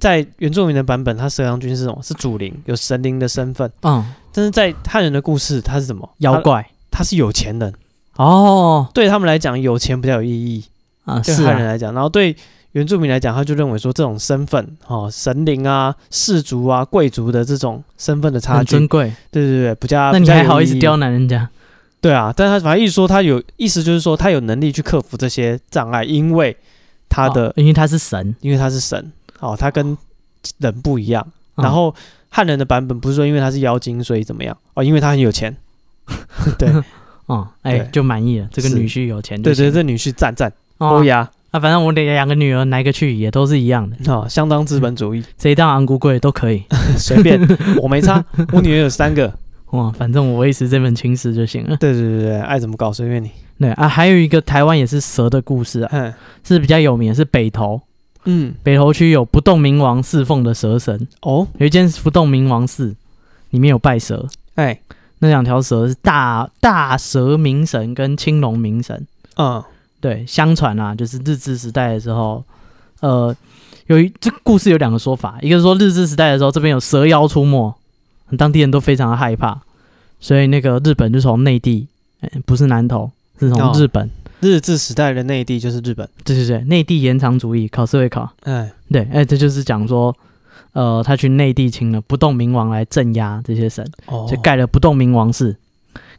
在原住民的版本，它蛇郎君是什么？是主灵，有神灵的身份。
嗯，
但是在汉人的故事，他是什么？
妖怪
他，他是有钱人。
哦，
对他们来讲，有钱比较有意义。
啊
对
是
汉人
啊，
来讲，然后对原住民来讲，他就认为说这种身份，哦，神灵啊、氏族啊、贵族的这种身份的差
很
距，
尊贵，
对对对，比较
那你还好意思？
比较有
刁
义
难人家？
对啊，但他反正一说他有意思，就是说他有能力去克服这些障碍，因为他的、
哦因为他是神，
因为他是神，哦，他跟人不一样。
嗯
然后汉人的版本不是说因为他是妖精所以怎么样哦，因为他很有 钱。对
哦，哎，
对
就满意了。这个
是
女婿有钱就
对
行，
对，这女婿赞赞，
哦
欧亚
啊，反正我得两个女儿，哪一个去也都是一样的，
哦，相当资本主义，
谁当昂古贵都可以。
随 便我没差，我女儿有三个，
哇，反正我维持这份情史就行了。
对对对对，爱怎么搞随便你。
对啊，还有一个台湾也是蛇的故事啊，
嗯
是比较有名的，是北投。
嗯，
北投区有不动明王侍奉的蛇神，
哦，
有一间不动明王寺，里面有拜蛇，
哎，
那两条蛇是大大蛇明神跟青龙明神。
嗯
对，相传啊，就是日治时代的时候，呃，有一这故事有两个说法，一个是说日治时代的时候，这边有蛇妖出没，当地人都非常的害怕，所以那个日本就从内地，哎不是南投，是从
哦
日本，
日治时代的内地就是日本，
对对对，内地延长主义，考试会考，
哎，
对，哎，这就是讲说，呃，他去内地请了不动明王来镇压这些神，
哦
就盖了不动明王寺，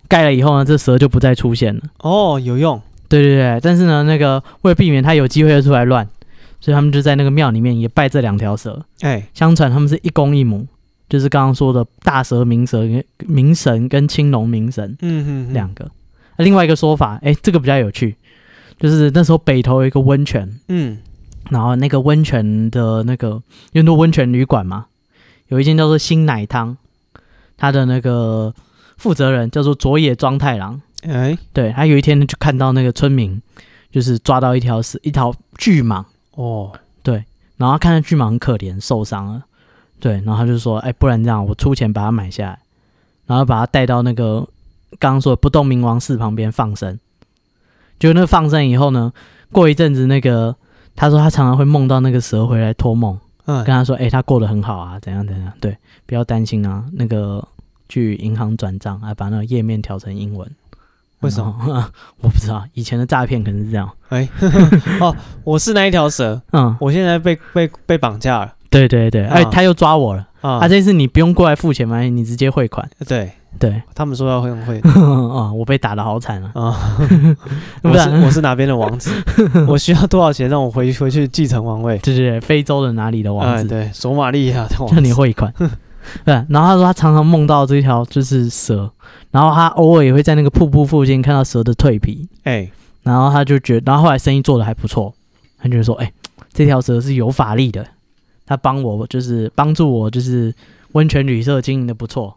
盖了以后呢，这蛇就不再出现了。
哦有用，
对对对，但是呢，那个为了避免他有机会出来乱，所以他们就在那个庙里面也拜这两条蛇。
哎，
相传他们是一公一母，就是刚刚说的大蛇明蛇明神跟青龙明神
嗯嗯，
两个。啊另外一个说法，哎，这个比较有趣，就是那时候北投有一个温泉，
嗯
然后那个温泉的那个因为都温泉旅馆嘛，有一间叫做新奶汤，它的那个负责人叫做佐野庄太郎。
哎，
对他有一天就看到那个村民，就是抓到一条是一条巨蟒，
哦
然后他看到巨蟒很可怜，受伤了，对，然后他就说，哎，不然这样，我出钱把它买下来，然后把它带到那个刚刚说的不动明王寺旁边放生。就那放生以后呢，过一阵子，那个他说他常常会梦到那个蛇回来托梦，
嗯
跟他说，哎、他过得很好啊，怎样怎样，对，不要担心啊，那个去银行转账啊，把那个页面调成英文。
为什么
么？ 我不知道，以前的诈骗可能是这样。
我是那一条蛇，
嗯，
我现在被被被绑架了
对对对，哎、
啊
他又抓我了。
啊
啊，！这次你不用过来付钱嘛，你直接汇款。
对
对，
他们说要会 会
啊，我被打的好惨啊。
啊，
不
我是
然
我是哪边的王 子？我需要多少钱让我回回去继承王位？
对对对，非洲的哪里的王
哎，
子，
对，索马利亚的王
让你
子，
汇款。对，然后他说他常常梦到这条就是蛇，然后他偶尔也会在那个瀑布附近看到蛇的蜕皮，
哎，
然后他就觉然后后来生意做的还不错，他就说，哎、这条蛇是有法力的，他帮我就是帮助我就是温泉旅社经营的不错，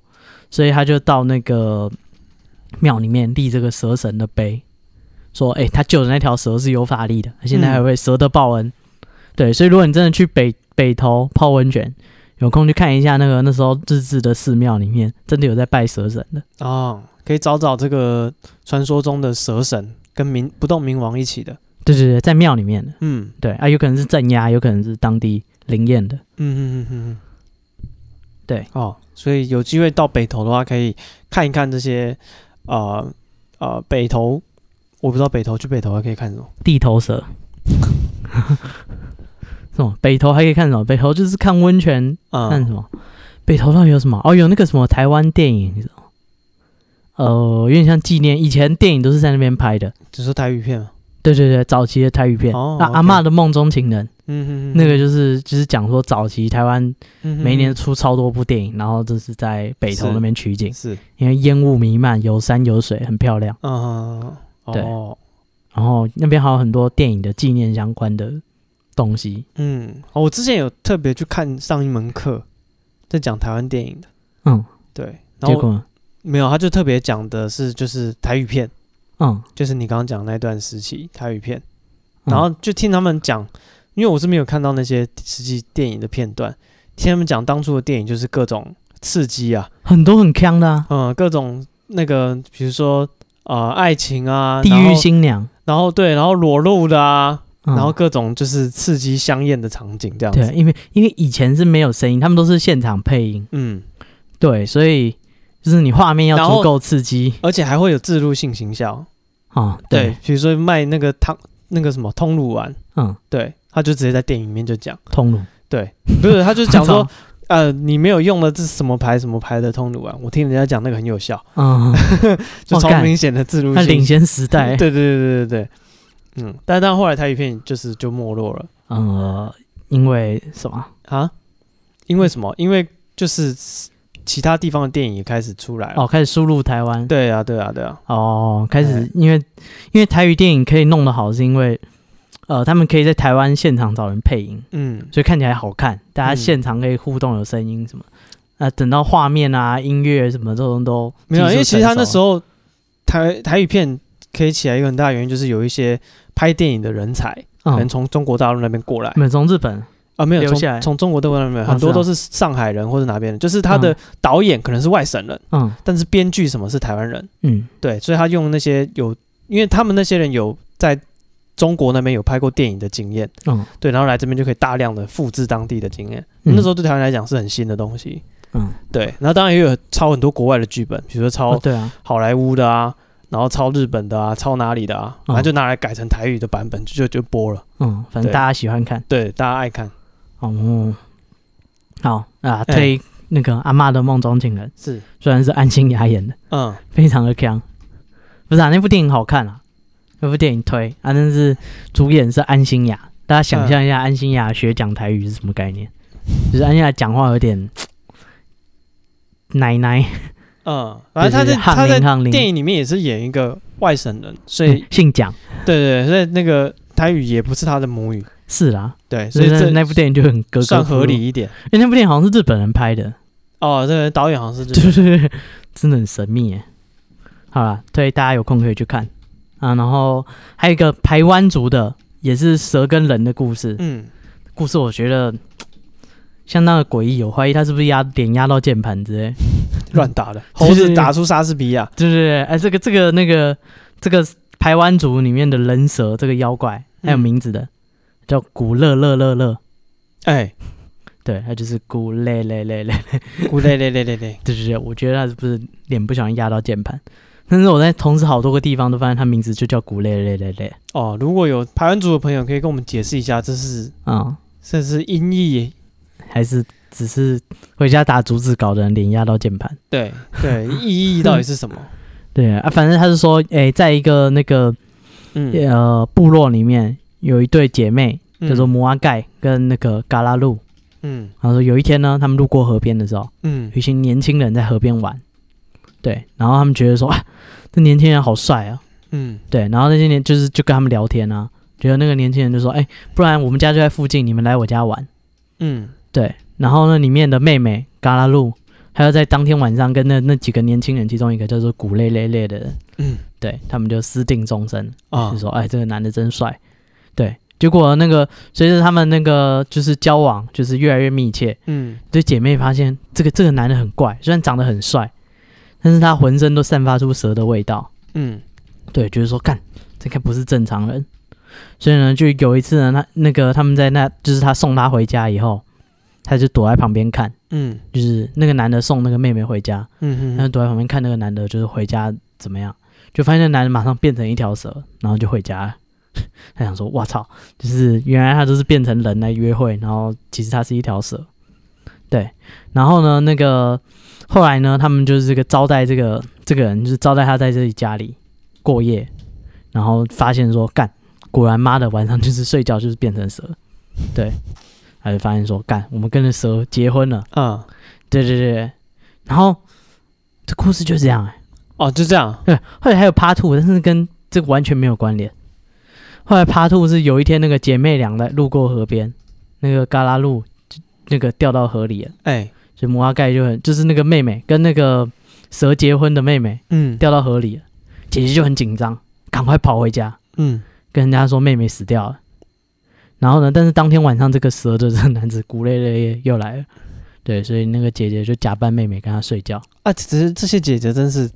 所以他就到那个庙里面立这个蛇神的碑，说，哎、他救的那条蛇是有法力的，他现在还会蛇的报恩，对，所以如果你真的去北北头泡温泉。有空去看一下那个那时候日治的寺庙里面，真的有在拜蛇神的。
哦，可以找找这个传说中的蛇神跟冥不动冥王一起的，
对对对，在庙里面的。
嗯
对啊，有可能是镇压，有可能是当地灵验的。
嗯嗯嗯嗯嗯，
对
哦，所以有机会到北投的话，可以看一看这些，呃呃，北投，我不知道北投去北投还可以看什么，
地头蛇。 什么？北投还可以看什么？北投就是看温泉，看
嗯，
什么？北投到底有什么？哦，有那个什么台湾电影，你知道吗呃，有点像纪念，以前电影都是在那边拍的。
只是台语片嘛，
对对对，早期的台语片，
哦
那
OK
阿嬷的梦中情人，
嗯嗯嗯，
那个就是就是讲说早期台湾
嗯
每年出超多部电影，然后这是在北投
是
那边取景，
是，
因为烟雾弥漫，有山有水，很漂亮。
嗯，
对
哦，
然后那边还有很多电影的纪念相关的东西。
嗯，哦我之前有特别去看上一门课，在讲台湾电影的，
嗯，
对，然
结
后
果
没有，他就特别讲的是就是台语片，
嗯，
就是你刚刚讲的那段时期台语片。
嗯
然后就听他们讲，因为我是没有看到那些实际电影的片段，听他们讲当初的电影就是各种刺激啊，
很多很坑的、啊，
嗯，各种那个，比如说呃爱情啊，
《地
然
狱
后
新娘》
然后对，然后裸露的啊，
嗯
然后各种就是刺激香艳的场景这样
对，
子。
因为因为以前是没有声音，他们都是现场配音，
嗯，
对，所以就是你画面要
然
足
后
够刺激
而且还会有植入性行销，
啊、哦，
对，，比如说卖那个汤那个什么通乳丸，
嗯，
对，他就直接在电影里面就讲，
通路
不是，他就讲
我
说
操，
呃，你没有用的这是什么牌什么牌的通乳丸，我听人家讲那个很有效，
嗯，
就
哇
超
干
明显的植入
那
性
领先时 代，
对对对对对对，嗯，但但后来台语片就是就没落了
呃，因为什么？
啊，因为什么？因为就是其他地方的电影也开始出来了。
哦，开始输入台湾，
哎对啊，对啊，对啊，
哦，开始
哎
因为因为台语电影可以弄得好，是因为呃，他们可以在台湾现场找人配音，
嗯，
所以看起来好看，大家
嗯
现场可以互动，有声音什么。啊、等到画面啊、音乐什么这种都
没有，因为其实他那时
候
候台台语片可以起来一个很大的原因就是有一些拍电影的人才，可能
嗯，
从中国大陆那边过来
没有从日本
啊，没有
留下来
从从中国大陆那边
哦
很多
是啊
都是上海人或者哪边人，就是他的
嗯
导演可能是外省人，
嗯
但是编剧什么是台湾人，
嗯
对，所以他用那些有，因为他们那些人有在中国那边有拍过电影的经验，
嗯，
对，然后来这边就可以大量的复制当地的经验。那时候对台湾来讲是很新的东西，
嗯，
对。然后当然也有抄很多国外的剧本，比如说
哦
抄
对啊，
好莱坞的啊，然后抄日本的啊，抄哪里的啊，
嗯
然后就拿来改成台语的版本，就就就播了。
嗯，反正
对
大家喜欢看
对，大家爱看，
哦。好啊，
哎
推那个《阿嬷的梦中情人》，
是，
虽然是安心雅演的，
嗯，
非常的强。不是啊，那部电影好看啊，那部电影推啊，但是主演是安心雅，大家想象一下安心雅学讲台语是什么概念？就是安心雅讲话有点奶奶，
嗯，反正他
就是
在
翰
他在
林翰林
电影里面也是演一个外省人，所以
姓蒋
对对对，所以那个台语也不是他的母语，
是啦，
对，所
所
以
以那
这
那部电影就很格格
算
不入
合理，一点。
因为那部电影好像是日本人拍的，
哦，这个导演好像是这
对
个，
对对，真的很神秘耶。好啦，对大家有空可以去看啊。然后还有一个台湾族的，也是蛇跟人的故事，
嗯，
故事我觉得相当的诡异，我怀疑他是不是压脸压到键盘之类。
乱打的，猴子打出莎士比亚，
对对对，哎，这个这个那个这个台湾族里面的人蛇这个妖怪，还有
嗯
名字的、叫古乐乐乐乐，
哎，
对，他就是古累累累 累。
咕嘞嘞嘞嘞嘞，
对对对，我觉得他是不是脸不小心压到键盘？但是我在同时好多个地方都发现他名字就叫古累累累累
哦，如果有台湾族的朋友可以跟我们解释一下，这是
啊、
这是音译，
还是只是回家打竹子搞的人脸压到键盘？
对对，意义到底是什 么？
对啊，反正他是说，哎、在一个那个
嗯，
呃部落里面有一对姐妹叫做
嗯
摩阿盖跟那个嘎拉路。
嗯
然后说有一天呢，他们路过河边的时候，
嗯
有一些年轻人在河边玩，对，然后他们觉得说啊，这年轻人好帅啊，
嗯
对，然后那些年就是就跟他们聊天啊，觉得那个年轻人就说，哎，不然我们家就在附近，你们来我家玩，
嗯
对，然后呢，里面的妹妹嘎拉路，还有在当天晚上跟那那几个年轻人其中一个叫做古累累累的人，
嗯
对他们就私定终身，
啊
就，说：“哎，这个男的真帅。”对，结果那个随着他们那个就是交往，就是越来越密切，
嗯
这姐妹发现这个这个男的很怪，虽然长得很帅，但是他浑身都散发出蛇的味道。
嗯
对，就是说，干，这该不是正常人。所以呢，就有一次呢，他那个他们在那，就是他送她回家以后，他就躲在旁边看，
嗯
就是那个男的送那个妹妹回家，
嗯
他
嗯
就躲在旁边看那个男的，就是回家怎么样，就发现那男的马上变成一条蛇，然后就回家了。 他想说：“我操，就是原来他就是变成人来约会，然后其实他是一条蛇。”对，然后呢，那个后来呢，他们就是这个招待这个这个人，就是招待他在这里家里过夜，然后发现说干，果然妈的晚上就是睡觉就是变成蛇，对，他就发现说干，我们跟着蛇结婚了，
啊，
对对对，对然后这故事就这样哎、
哦，就这样，
对，后来还有 Part Two，但是跟这个完全没有关联。后来 Part Two 是有一天那个姐妹俩在路过河边，那个嘎啦路就那个掉到河里了，
哎，
所以摩阿盖就很就是那个妹妹跟那个蛇结婚的妹妹
嗯
掉到河里了，姐姐就很紧张，赶快跑回家
嗯
跟人家说妹妹死掉了。然后呢，但是当天晚上这个蛇的这个男子古累累又来了，对，所以那个姐姐就假扮妹妹跟她睡觉。
啊，只是这些姐姐真是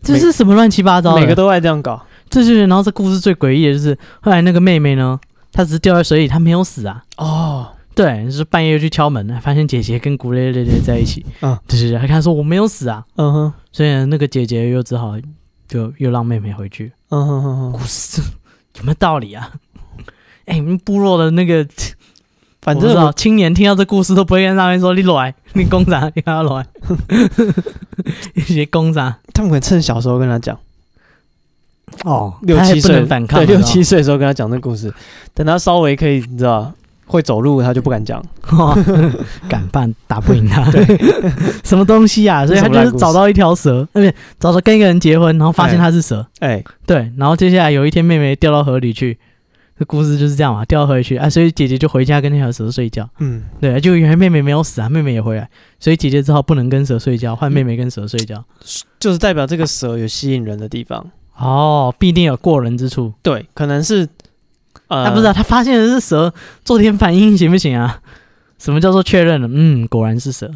这是什么乱七八糟的？
每个都爱这样搞，
这就是，然后这故事最诡异的就是，后来那个妹妹呢，他只是掉在水里，他没有死啊。
哦，
对，就是半夜又去敲门，发现姐姐跟古烈烈烈在一起。
嗯，
对对对，他跟他说我没有死啊，
嗯哼，
所以呢那个姐姐又只好就又让妹妹回去。
嗯哼哼哼，
不是有没有道理啊？哎、你们部落的那个，
反
我不知
正
道青年听到这故事都不会跟上面说你来，你工厂你 要来， 一些工厂
他们可能趁小时候跟他讲，
哦
六七岁
反抗，
对，六
你知
七岁的时候跟他讲这故事，等他稍微可以，你知道会走路，他就不敢讲。
道吗敢办哦打不赢他， 什么东西 啊？所以他就
这
是
什么烂故事
找到一条蛇，啊不是找到跟一个人结婚，然后发现
哎
他是蛇，
哎，
对，然后接下来有一天妹妹掉到河里去。这故事就是这样嘛，掉到河里去啊，所以姐姐就回家跟那条蛇睡觉。
嗯，
对，就原来妹妹没有死啊，妹妹也回来，所以姐姐只好不能跟蛇睡觉，换妹妹跟蛇睡觉。
就是代表这个蛇有吸引人的地方。
哦，必定有过人之处。
对，可能是呃，
啊，不知道、她发现的是蛇，做点反应行不行啊？什么叫做确认了？嗯，果然是蛇。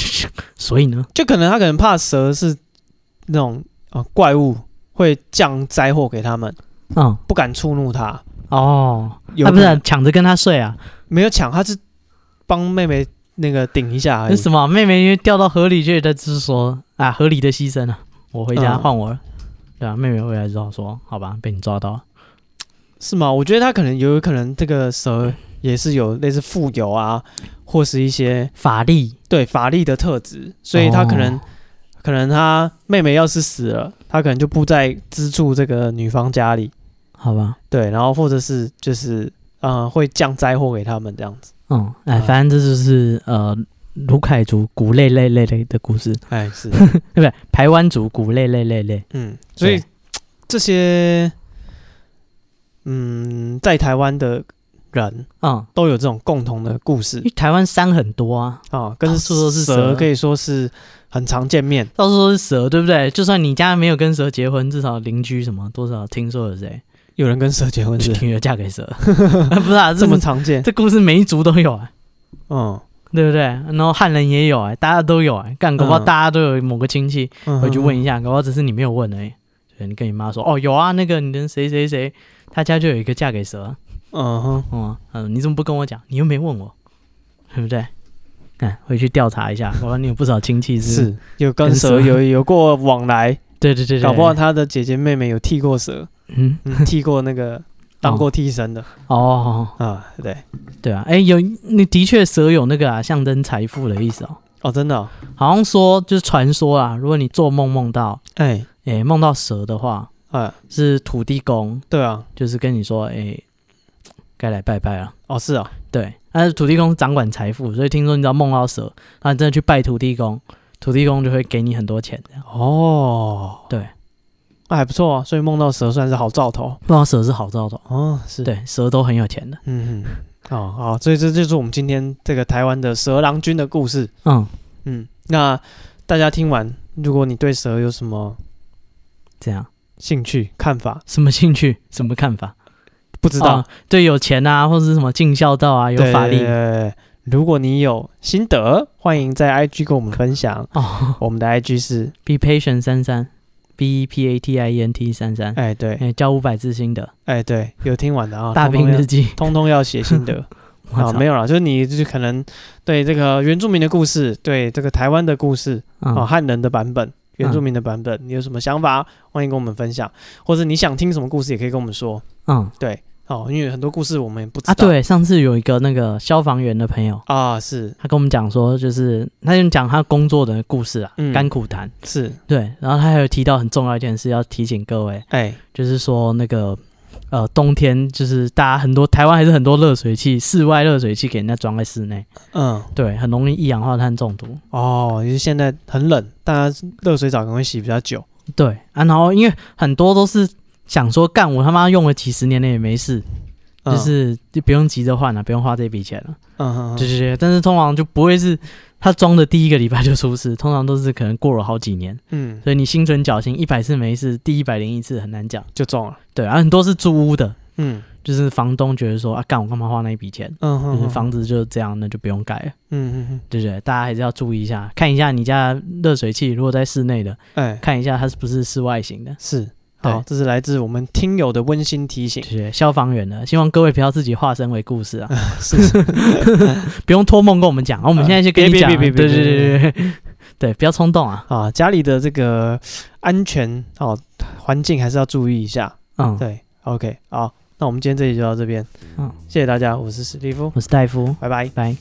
所以呢，
就可能他可能怕蛇是那种呃怪物会降灾祸给他们，
嗯，
不敢触怒他。
哦，
有
啊，不
可
是
能
抢着跟她睡啊？
没有抢，他是帮妹妹那个顶一下而
那
已。
什么，妹妹因为掉到河里去，她就是说啊，合理的牺牲啊，我回家
嗯
换我了。对啊，妹妹回来之后说，好吧，被你抓到了。
是吗？我觉得他可能有可能这个蛇也是有类似富有啊，或是一些
法力，
对法力的特质，所以他可能、
哦
可能他妹妹要是死了，他可能就不再资助这个女方家里，
好吧，
对，然后或者是就是呃会降灾祸给他们这样子。
嗯，哎，
啊
反正这就是呃，卢凯族古类类类类的故事，
哎，是，
对不对？台湾族古类类类类，
嗯，所以
对
这些嗯在台湾的人
嗯，
都有这种共同的故事
因为台湾山很多啊，
啊，跟
到处都是蛇
蛇可以说是很常见面。
到处都是蛇，对不对？就算你家没有跟蛇结婚，至少邻居什么多少听说有谁
有人跟蛇结 婚是
女儿嫁给 蛇，啊不是啊，
这
这
么
么
常见，
这故事每一族都有啊。
嗯，
对不对？然后汉人也有哎、大家都有哎、干搞不好
嗯
大家都有某个亲戚，回
回
去问一下，搞不好只是你没有问而已。对，你跟你妈说，哦，有啊，那个你的谁谁谁，他家就有一个嫁给蛇啊，
嗯哼，
哦，嗯，你怎么不跟我讲？你又没问我，对不对？看，回去调查一下，我看你有不少亲戚是，
是有跟
跟
蛇
蛇
有有过往来，
对对对对，
搞不好，他的姐姐妹妹有剃过蛇，
嗯，
嗯剃过那个当过替身的
哦，
啊，对，
对啊，哎，有，那的确蛇有那个啊，象征财富的意思哦，
哦，真的哦，
好像说就是传说啊，如果你做梦梦到，
哎，
哎，梦到蛇的话，
啊，
是土地公，
对啊，
就是跟你说，哎，该来拜拜了。
哦，是啊，
对，但是土地公是掌管财富，所以听说你只要梦到蛇，然后你真的去拜土地公，土地公就会给你很多钱。这样
哦，
对，
那还不错啊，所以梦到蛇算是好兆头，
梦到蛇是好兆头，
哦，是，，
对，蛇都很有钱的。
嗯哼，哦，好，所以这就是我们今天这个台湾的蛇郎君的故事，
嗯，
嗯，那大家听完，如果你对蛇有什么
这样
兴趣看法，
什么兴趣，什么看法？
不知道
哦。对，有钱啊，或者是什么尽孝道啊，有
对
法力
对对对如果你有心得，欢迎在 IG 跟我们分享。
哦。
我们的 IG 是
Be patient 三三，B E P A T I E N T 三三，
哎对
哎，交五百字心得，
哎对，有听完的啊，
大
通
兵
通要
日记。
通通要写心得
我
啊，
操
没有啦，就是你就是可能对这个原住民的故事，对这个台湾的故事啊，
嗯，
汉人的版本。原住民的版本，你有什么想法？欢迎跟我们分享，或者你想听什么故事，也可以跟我们说。
嗯
对，哦，因为很多故事我们也不知道
啊，对，上次有一个那个消防员的朋友，
啊，是
他跟我们讲说，就是他就讲他工作的故事啊，
嗯
甘苦谈。
是，
对，然后他还有提到很重要一件事，要提醒各位，
哎，
就是说那个呃，冬天就是大家很多台湾还是很多热水器，室外热水器给人家装在室内，
嗯，
对，很容易一氧化碳中毒。
哦，就是现在很冷，大家热水澡可能会洗比较久。
对啊，然后因为很多都是想说，干我他妈用了几十年了也没事，就
嗯
是就不用急着换了，啊不用花这笔钱了，
嗯嗯
对对对。但是通常就不会是他装的第一个礼拜就出事，通常都是可能过了好几年，
嗯，
所以你心存侥幸，一百次没事，第一百零一次很难讲。
就中了。
对啊，很多是租屋的。
嗯
就是房东觉得说啊，干我干嘛花那一笔钱？
嗯
就
嗯
是
嗯
房子就这样，那就不用盖了，
嗯嗯
对不对？大家还是要注意一下，看一下你家热水器如果在室内的，
嗯，哎
看一下它是不是室外型的。
是好，
对
这是来自我们听友的温馨提醒。
谢谢消防员呢，希望各位不要自己化身为故事 啊，
是，
不用托梦跟我们讲，啊我们
呃
现在就跟你
别别
讲啊，
别
对
别
对
别
对对对，对，不要冲动啊，
啊，家里的这个安全哦环境还是要注意一下。
嗯，
对，OK，好，那我们今天这集就到这边，
嗯
谢谢大家，我是史蒂夫，
我是戴夫，
拜拜。
拜。